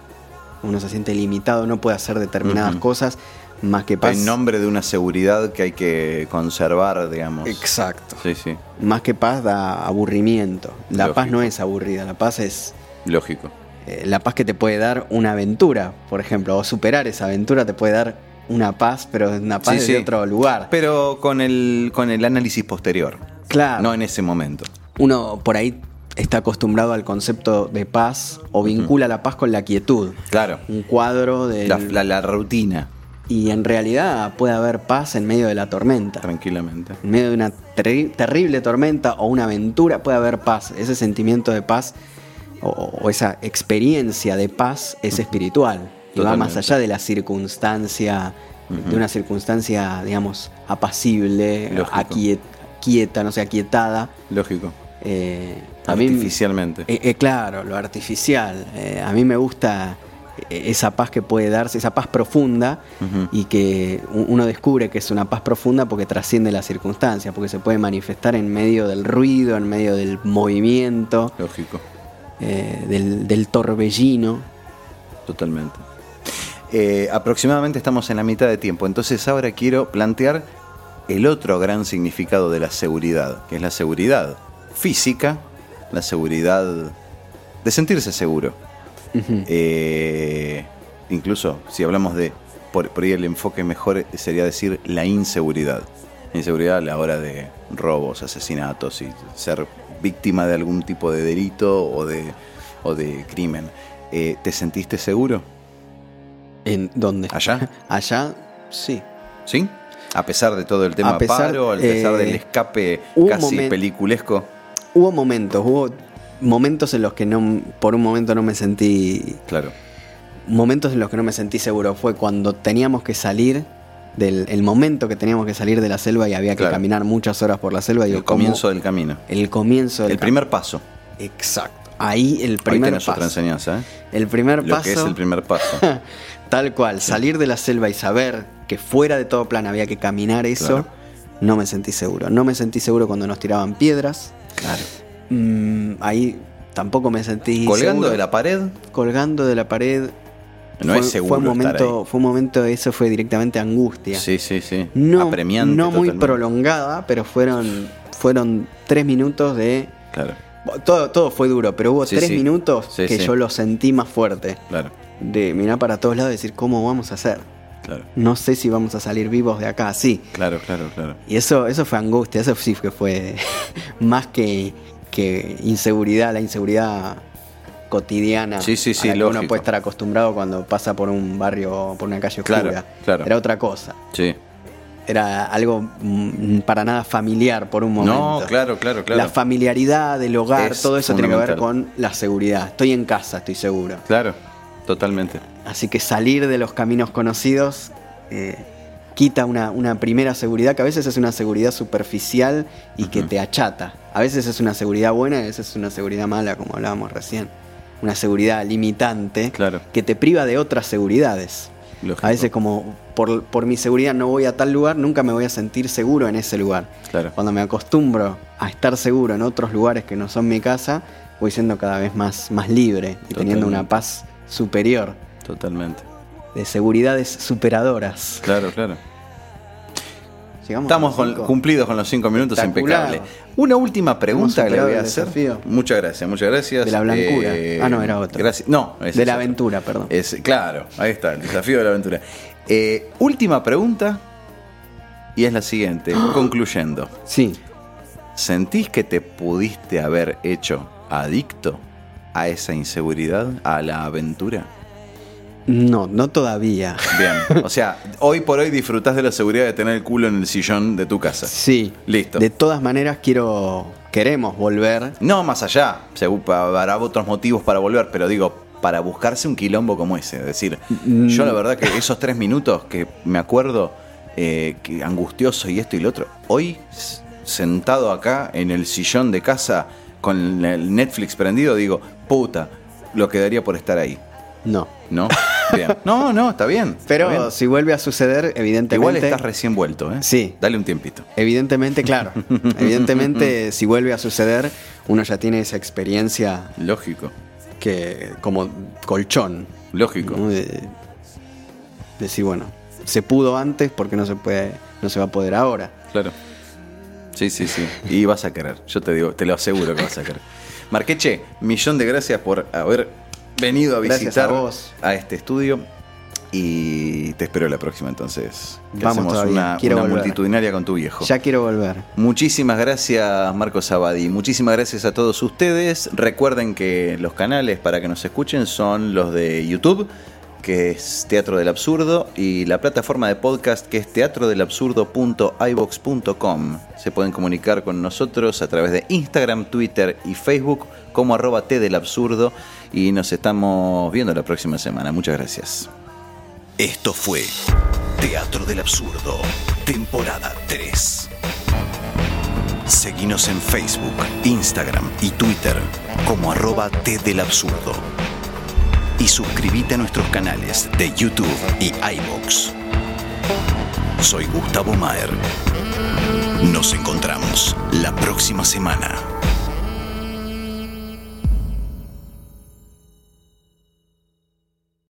S2: uno se siente limitado, no puede hacer determinadas
S1: Ujú.
S2: cosas más que paz.
S1: En nombre de una seguridad que hay que conservar, digamos.
S2: Exacto.
S1: Sí, sí,
S2: Más que paz da aburrimiento. La paz
S1: Lógico.
S2: no es aburrida, la paz es
S1: lógico.
S2: eh, la paz que te puede dar una aventura, por ejemplo, o superar esa aventura te puede dar una paz, pero una paz
S1: Sí,
S2: desde
S1: sí.
S2: otro lugar.
S1: Pero con el, con el análisis posterior,
S2: claro.
S1: no en ese momento.
S2: uno por ahí está acostumbrado al concepto de paz o vincula la paz con la quietud.
S1: Claro,
S2: Un cuadro de...
S1: la, la- la rutina,
S2: Y en realidad puede haber paz en medio de la tormenta.
S1: tranquilamente.
S2: En medio de una terri- terrible tormenta o una aventura puede haber paz. Ese sentimiento de paz o, o esa experiencia de paz es espiritual y va
S1: Totalmente.
S2: más allá de la circunstancia, de una circunstancia, digamos, apacible,
S1: Lógico.
S2: aquiet- quieta, no sé, aquietada.
S1: Lógico.
S2: Eh, a mí-
S1: Artificialmente.
S2: eh, eh, claro, lo artificial. Eh, a mí me gusta eh, esa paz que puede darse, esa paz profunda
S1: Ujú.
S2: y que u- uno descubre que es una paz profunda porque trasciende las circunstancias, porque se puede manifestar en medio del ruido, en medio del movimiento,
S1: Lógico.
S2: eh, del, del torbellino.
S1: Totalmente. Eh, aproximadamente estamos en la mitad de tiempo, entonces ahora quiero plantear el otro gran significado de la seguridad, que es la seguridad física, la seguridad de sentirse seguro.
S2: Ujú.
S1: Eh, incluso si hablamos de, por, por ahí el enfoque mejor sería decir la inseguridad. La Inseguridad a la hora de robos, asesinatos y ser víctima de algún tipo de delito o de, o de crimen. Eh, ¿Te sentiste seguro?
S2: ¿En dónde?
S1: ¿Allá?
S2: Allá, sí.
S1: ¿Sí? A pesar de todo el tema
S2: A pesar,
S1: paro, a pesar
S2: eh,
S1: del escape
S2: hubo un
S1: casi
S2: momen-
S1: peliculesco.
S2: Hubo momentos, hubo momentos en los que no, por un momento no me sentí
S1: Claro.
S2: Eh, momentos en los que no me sentí seguro fue cuando teníamos que salir del el momento que teníamos que salir de la selva y había que
S1: Claro.
S2: caminar muchas horas por la selva. Digo,
S1: el
S2: ¿cómo?
S1: comienzo del camino.
S2: El comienzo del
S1: El
S2: cam-
S1: primer paso.
S2: Exacto. Ahí el
S1: Ahí
S2: primer
S1: tenés otra
S2: paso.
S1: enseñanza, ¿eh?
S2: El primer
S1: Lo
S2: paso.
S1: que es el primer paso.
S2: Tal cual, salir de la selva y saber que fuera de todo plan había que caminar eso,
S1: Claro.
S2: no me sentí seguro. No me sentí seguro cuando nos tiraban piedras.
S1: Claro.
S2: Mm, ahí tampoco me sentí
S1: Colgando
S2: seguro.
S1: de la pared,
S2: colgando de la pared.
S1: No
S2: fue,
S1: es seguro
S2: Fue un momento,
S1: estar ahí.
S2: fue un momento, eso fue directamente angustia.
S1: Sí, sí, sí.
S2: No,
S1: Apremiante.
S2: no muy
S1: totalmente.
S2: prolongada, pero fueron, fueron tres minutos de.
S1: Claro,
S2: Todo, todo fue duro, pero hubo
S1: Sí,
S2: tres
S1: sí.
S2: minutos
S1: Sí,
S2: que
S1: sí.
S2: yo lo sentí más fuerte.
S1: claro,
S2: De mirar para todos lados y decir, ¿cómo vamos a hacer?
S1: claro.
S2: No sé si vamos a salir vivos de acá, sí.
S1: Claro, claro, claro.
S2: Y eso, eso fue angustia, eso sí que fue más que, que inseguridad, la inseguridad cotidiana
S1: Sí, sí, sí,
S2: a la que
S1: lógico.
S2: uno puede estar acostumbrado cuando pasa por un barrio, por una calle oscura.
S1: Claro, claro.
S2: Era otra cosa.
S1: Sí.
S2: Era algo mm, para nada familiar por un momento.
S1: No, claro, claro, claro.
S2: La familiaridad del hogar,
S1: Es
S2: todo eso tiene que ver
S1: fundamental.
S2: con la seguridad. Estoy en casa, estoy seguro.
S1: Claro, totalmente.
S2: Así que salir de los caminos conocidos eh, quita una, una primera seguridad que a veces es una seguridad superficial y que te achata. A veces es una seguridad buena y a veces es una seguridad mala, como hablábamos recién. Una seguridad limitante
S1: Claro.
S2: que te priva de otras seguridades.
S1: Lógico.
S2: A veces como por, por mi seguridad no voy a tal lugar, nunca me voy a sentir seguro en ese lugar.
S1: Claro.
S2: Cuando me acostumbro a estar seguro en otros lugares que no son mi casa, voy siendo cada vez más, más libre y
S1: Totalmente.
S2: teniendo una paz superior
S1: Totalmente.
S2: de seguridades superadoras.
S1: Claro, claro.
S2: Llegamos
S1: Estamos
S2: a
S1: con-
S2: cinco.
S1: cumplidos con los cinco minutos,
S2: Espectacular.
S1: impecable. Una última pregunta
S2: Hemos
S1: que le voy
S2: superado
S1: a
S2: el
S1: hacer.
S2: desafío.
S1: Muchas gracias, muchas gracias. Eh,
S2: De la blancura. Ah, no, era otro.
S1: Gracias. No, ese
S2: de
S1: es
S2: la
S1: otro.
S2: aventura, perdón.
S1: Es, claro, ahí está, el desafío de la aventura. Eh, última pregunta, y es la siguiente, concluyendo.
S2: Sí.
S1: ¿Sentís que te pudiste haber hecho adicto a esa inseguridad, a la aventura?
S2: No, no todavía.
S1: Bien, o sea, hoy por hoy disfrutás de la seguridad de tener el culo en el sillón de tu casa.
S2: Sí.
S1: Listo.
S2: De todas maneras quiero queremos volver.
S1: No más allá, según pa- habrá otros motivos para volver, pero digo, para buscarse un quilombo como ese. Es decir,
S2: Mm.
S1: yo la verdad que esos tres minutos que me acuerdo, eh, que angustioso y esto y lo otro, hoy s- sentado acá en el sillón de casa con el Netflix prendido, digo, puta, lo quedaría por estar ahí,
S2: No.
S1: ¿no? Bien. No, no, está bien. está
S2: Pero
S1: bien.
S2: si vuelve a suceder, evidentemente
S1: igual estás recién vuelto, ¿eh?
S2: Sí.
S1: Dale un tiempito.
S2: Evidentemente, claro. evidentemente si vuelve a suceder, uno ya tiene esa experiencia
S1: Lógico,
S2: que como colchón.
S1: lógico.
S2: ¿no? De- decir, bueno, se pudo antes porque no se puede no se va a poder ahora.
S1: Claro. Sí, sí, sí. Y vas a querer. Yo te digo, te lo aseguro que vas a querer. Marqueche, millón de gracias por haber venido a
S2: Gracias
S1: visitar
S2: a vos.
S1: a este estudio. Y te espero la próxima entonces. Que
S2: Vamos
S1: hacemos
S2: todavía,
S1: una,
S2: quiero
S1: una
S2: volver.
S1: multitudinaria con tu viejo.
S2: Ya quiero volver.
S1: Muchísimas gracias Marcos Abadí, muchísimas gracias a todos ustedes. Recuerden que los canales para que nos escuchen son los de YouTube, que es Teatro del Absurdo, y la plataforma de podcast que es teatrodelabsurdo.ibox.com. Se pueden comunicar con nosotros a través de Instagram, Twitter y Facebook como arroba T del Absurdo y nos estamos viendo la próxima semana. Muchas gracias.
S3: Esto fue Teatro del Absurdo, temporada 3. Seguinos en Facebook, Instagram y Twitter como arroba T del Absurdo. Y suscríbete a nuestros canales de YouTube y iVoox. Soy Gustavo Maher. Nos encontramos la próxima semana.